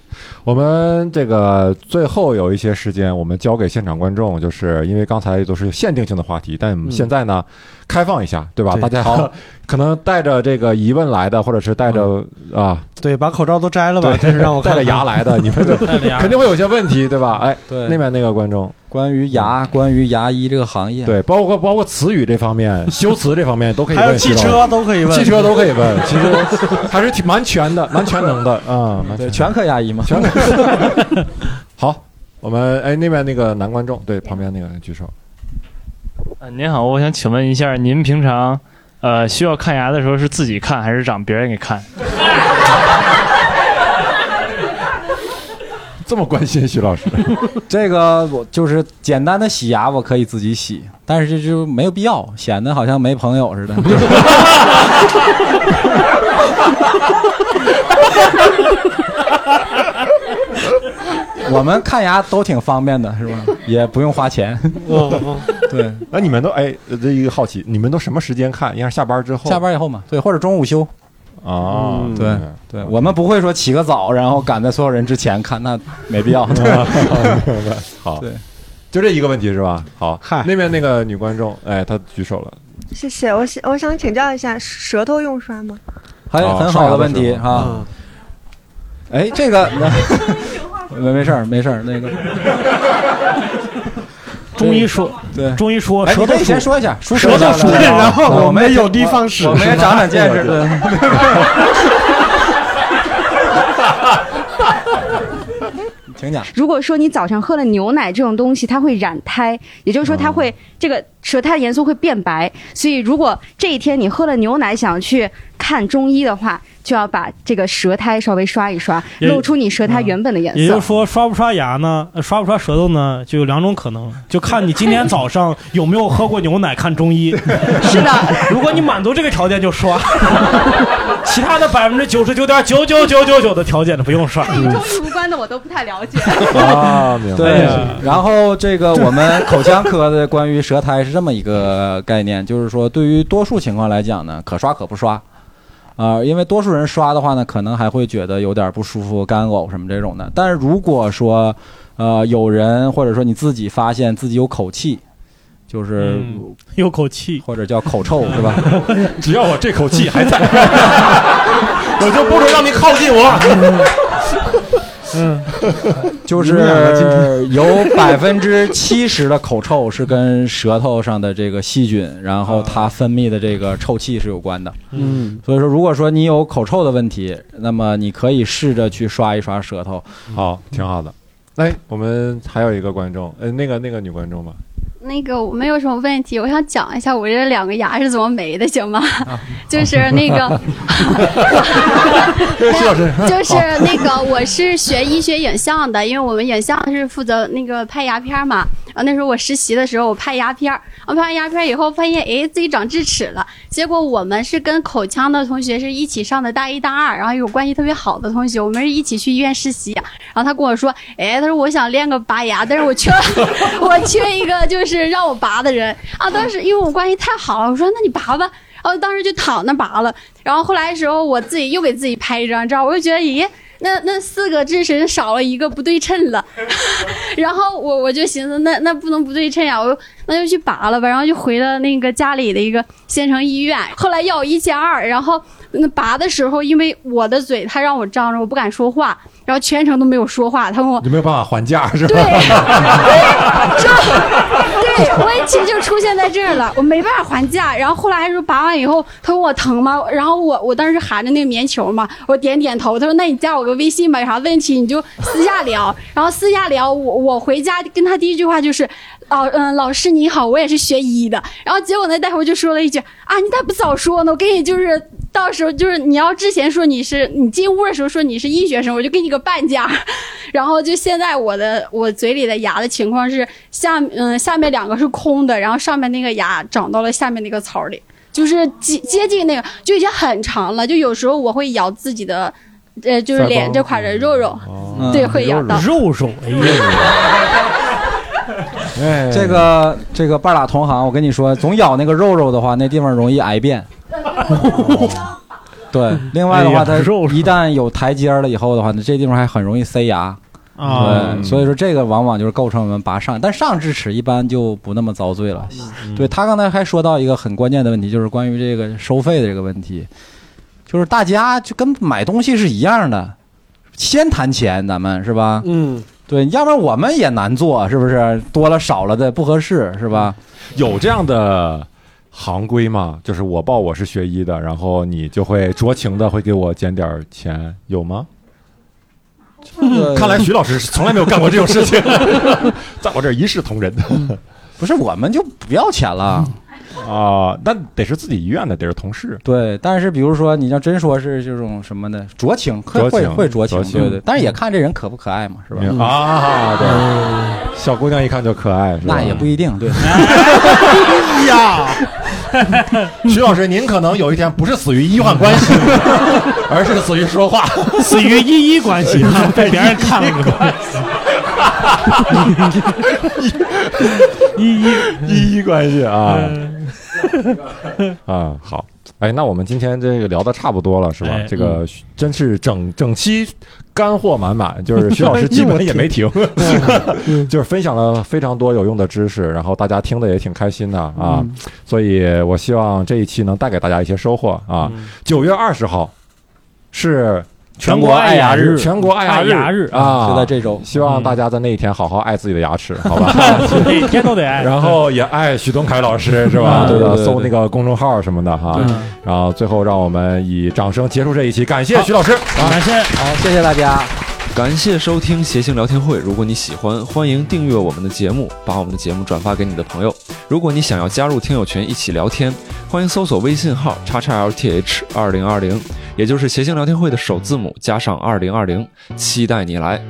Speaker 2: 我们这个最后有一些时间，我们交给现场观众，就是因为刚才都是限定性的话题，但我们现在呢，开放一下，对吧？
Speaker 5: 嗯对
Speaker 2: 大家 可能带着这个疑问来的，或者是带着
Speaker 5: 嗯
Speaker 2: 啊，
Speaker 5: 对，把口罩都摘了吧，
Speaker 2: 对，
Speaker 5: 真是让我看
Speaker 2: 带着牙来的，你们 就肯定会有些问题，对吧？哎，
Speaker 6: 对
Speaker 2: 那边那个观众，
Speaker 6: 关于牙，关于牙医这个行业，
Speaker 2: 对，包括包括词语这方面、修辞这方面都可以
Speaker 5: 还有
Speaker 2: 问，
Speaker 5: 汽
Speaker 2: 是吧
Speaker 5: 车都可以问，
Speaker 2: 汽车都可 以问，其实还是挺蛮全的，蛮全能的啊，蛮全
Speaker 6: 对，全科牙医嘛，
Speaker 2: 全给。 好，我们哎那边那个男观众，对旁边那个举手。
Speaker 11: 呃，您好，我想请问一下，您平常呃需要看牙的时候是自己看还是让别人给看？
Speaker 2: 这么关心徐 老师，
Speaker 6: 这个我就是简单的洗牙，我可以自己洗，但是这就没有必要，显得好像没朋友 似的。我们看牙都挺方便的，是吧？ 也不用花钱。对，
Speaker 2: 那你们都哎，这一个好奇，你们都什么时间看？应该是下班之后。
Speaker 6: 下班以后嘛，对，或者中午休。
Speaker 2: 啊，
Speaker 6: 对对，我们不会说起个早，然后赶在所有人之前看，那没必要。
Speaker 2: 好，
Speaker 6: 对，
Speaker 2: 就这一个问题是吧？好，
Speaker 5: 嗨
Speaker 2: 那边那个女观众，哎，她举手了。
Speaker 12: 谢谢，我想我想请教一下，舌头用刷吗？
Speaker 6: 还有
Speaker 2: 哦
Speaker 6: 很好的问题
Speaker 2: 刷牙的时
Speaker 6: 哈。啊哎，这个， 没没事儿，没事儿，那个，
Speaker 3: 中医说，
Speaker 6: 对，
Speaker 3: 中医说，
Speaker 6: 哎，
Speaker 3: 舌
Speaker 6: 你
Speaker 3: 头
Speaker 6: 可以先
Speaker 3: 说，
Speaker 6: 说一下，说
Speaker 5: 舌头
Speaker 6: 说
Speaker 5: 说，
Speaker 6: 一下
Speaker 5: 然后
Speaker 6: 我
Speaker 5: 我
Speaker 6: 们
Speaker 5: 们有的放矢，
Speaker 6: 我们也长长见 识，对。请讲，
Speaker 13: 如果说你早上喝了牛奶这种东西，它会染苔，也就是说它会、这
Speaker 3: 啊
Speaker 13: 个舌苔颜色会变白。所以如果这一天你喝了牛奶想去看中医的话，就要把这个舌苔稍微刷一刷，
Speaker 3: 也嗯
Speaker 13: 露出你舌苔原本的颜
Speaker 3: 也就
Speaker 13: 色
Speaker 3: 是。说刷不刷牙呢，呃刷不刷舌头呢，就有两种可能，就看你今天早上 有没有喝过牛奶，看中医。
Speaker 13: 是的，
Speaker 3: 如果你满足这个条件就刷， 其他的百分之九十九点九九九九九的条件呢不用刷。
Speaker 13: 与中医无关的我都不太了解。
Speaker 2: 啊，明白。
Speaker 6: 对，然后这个我们口腔科的关于舌苔是这么一个概念，就是说对于多数情况来讲呢，可刷可不刷，啊、因为多数人刷的话呢，可能还会觉得有点不舒服、干呕什么这种的。但是如果说，呃，有人或者说你自己发现自己有口气，就是、
Speaker 3: 嗯有口气，
Speaker 6: 或者叫口臭是吧？
Speaker 2: 只要我这口气还在， 我就不能让你靠近我。
Speaker 6: 就是 有百分之七十的口臭是跟舌头上的这个细菌，然后它分泌的这个臭气是有关的。
Speaker 5: 嗯，
Speaker 6: 所以说，如果说你有口臭的问题，那么你可以试着去刷一刷舌头。
Speaker 2: 好，挺好的。哎，我们还有一个观众，呃，那个那个女观众吧，
Speaker 14: 那个我没有什么问题，我想讲一下我这两个牙是怎么没的，行吗？ 就是 那 个，
Speaker 2: 徐老师，
Speaker 14: 就是那个，我是学医学影像的，因为我们影像是负责那个拍牙片儿嘛。啊，那时候我实习的时候，我拍牙片儿，我拍完牙片儿以后发现，哎，自己长智齿了。结果我们是跟口腔的同学是一起上的大一大二，然后有关系特别好的同学，我们是一起去医院实习。啊然后他跟我说，哎，他说我想练个拔牙，但是我缺我缺一个就是让我拔的人啊。当时因为我关系太好了，我说那你拔吧。然后当时就躺那拔了。然后后来的时候，我自己又给自己拍一张照，我就觉得，咦，那那四个智齿少了一个，不对称了。 然后我我就寻思，那那不能不对称呀，我就那就去拔了吧。然后就回了那个家里的一个县城医院，后来要我一千二，然后那拔的时候，因为我的嘴他让我张着，我不敢说话，然后全程都没有说话，他问我
Speaker 2: 你没有办法还价是吧？
Speaker 14: 对，这对问题就出现在这儿了，我没办法还价。然后后来还说拔完以后，他问我疼吗？然后我我当时含着那个棉球嘛，我点点头。他说那你加我个微信吧，有啥问题你就私下聊。然后私下聊，我我回家跟他第一句话就是。老嗯，老师你好，我也是学医的。然后结果那大夫就说了一句啊，你咋不早说呢？我给你就是到时候就是你要之前说你是你进屋的时候说你是医学生，我就给你个半价。然后就现在我的我嘴里的牙的情况是下嗯下面两个是空的，然后上面那个牙长到了下面那个槽里，就是接接近那个，就已经很长了。就有时候我会咬自己的，呃，就是
Speaker 3: 腮帮
Speaker 14: 脸这块的肉肉，
Speaker 6: 嗯
Speaker 14: 对，会咬到。
Speaker 3: 肉肉，哎
Speaker 6: 呀。这个这个半拉同行，我跟你说，总咬那个肉肉的话，那地方容易癌变。对，另外的
Speaker 11: 哎
Speaker 6: 话，
Speaker 11: 呀
Speaker 6: 它一旦有台阶儿了以后的话，那这地方还很容易塞牙。
Speaker 11: 啊
Speaker 6: 对，所以说这个往往就是构成我们拔上，但上智齿一般就不那么遭罪了。对他刚才还说到一个很关键的问题，就是关于这个收费的这个问题，就是大家就跟买东西是一样的，先谈钱，咱们是吧？
Speaker 5: 嗯，
Speaker 6: 对，要不然我们也难做，是不是？多了少了的不合适，是吧？
Speaker 2: 嗯有这样的行规吗？就是我报我是学医的，然后你就会酌情的会给我减点儿钱，有吗？
Speaker 3: 嗯
Speaker 2: 看来徐老师是从来没 有干过这种事情，在我这儿一视同仁。
Speaker 6: 不是，我们就不要钱了。
Speaker 2: 啊，但得是自己医院的，得是同事。
Speaker 6: 对，但是比如说你要真说是这种什么的酌情，会
Speaker 2: 酌
Speaker 6: 会
Speaker 2: 情
Speaker 6: 会酌情，
Speaker 2: 酌情
Speaker 6: 对对。但是也看这人可不可爱嘛，是吧？
Speaker 2: 明白啊，对，小姑娘一看就可爱，是吧
Speaker 6: 那也不一定，对。
Speaker 2: 哎呀， 徐老师，您可能有一天不是死于医患关 系，而是死于说话，
Speaker 3: 死于一一关 系啊被别人看了个。
Speaker 2: 一一一一关系啊
Speaker 3: 嗯
Speaker 2: 啊，好。哎，那我们今天这个聊的差不多了，是吧？
Speaker 4: 哎
Speaker 2: 这个
Speaker 4: 嗯
Speaker 2: 徐真是整整期干货满满，就是徐老 师基本也没停， 就是分享了非常多有用的知识，然后大家听的也挺开心的啊。
Speaker 4: 嗯
Speaker 2: 所以我希望这一期能带给大家一些收获啊。九、月二十号是
Speaker 4: 全国爱牙日
Speaker 2: 全国爱牙
Speaker 4: 爱牙日
Speaker 2: 啊，
Speaker 4: 就在
Speaker 6: 这周。
Speaker 2: 希望大家在那一天好好爱自己的牙齿，好吧？
Speaker 3: 每哎天都得爱。
Speaker 2: 然后也爱徐东凯老师是吧？
Speaker 4: 嗯
Speaker 2: 对的，
Speaker 4: 对对对
Speaker 2: 搜那个公众号什么的哈
Speaker 4: 对。
Speaker 2: 然后最后让我们以掌声结束这一期，感谢徐老师，啊
Speaker 6: 感谢， 好，谢谢大家。
Speaker 1: 感谢收听谐星聊天会。如果你喜欢，欢迎订阅我们的节目，把我们的节目转发给你的朋友。如果你想要加入听友群一起聊天，欢迎搜索微信号叉叉 LTH 二零二零，也就是谐星聊天会的首字母加上二零二零，期待你来。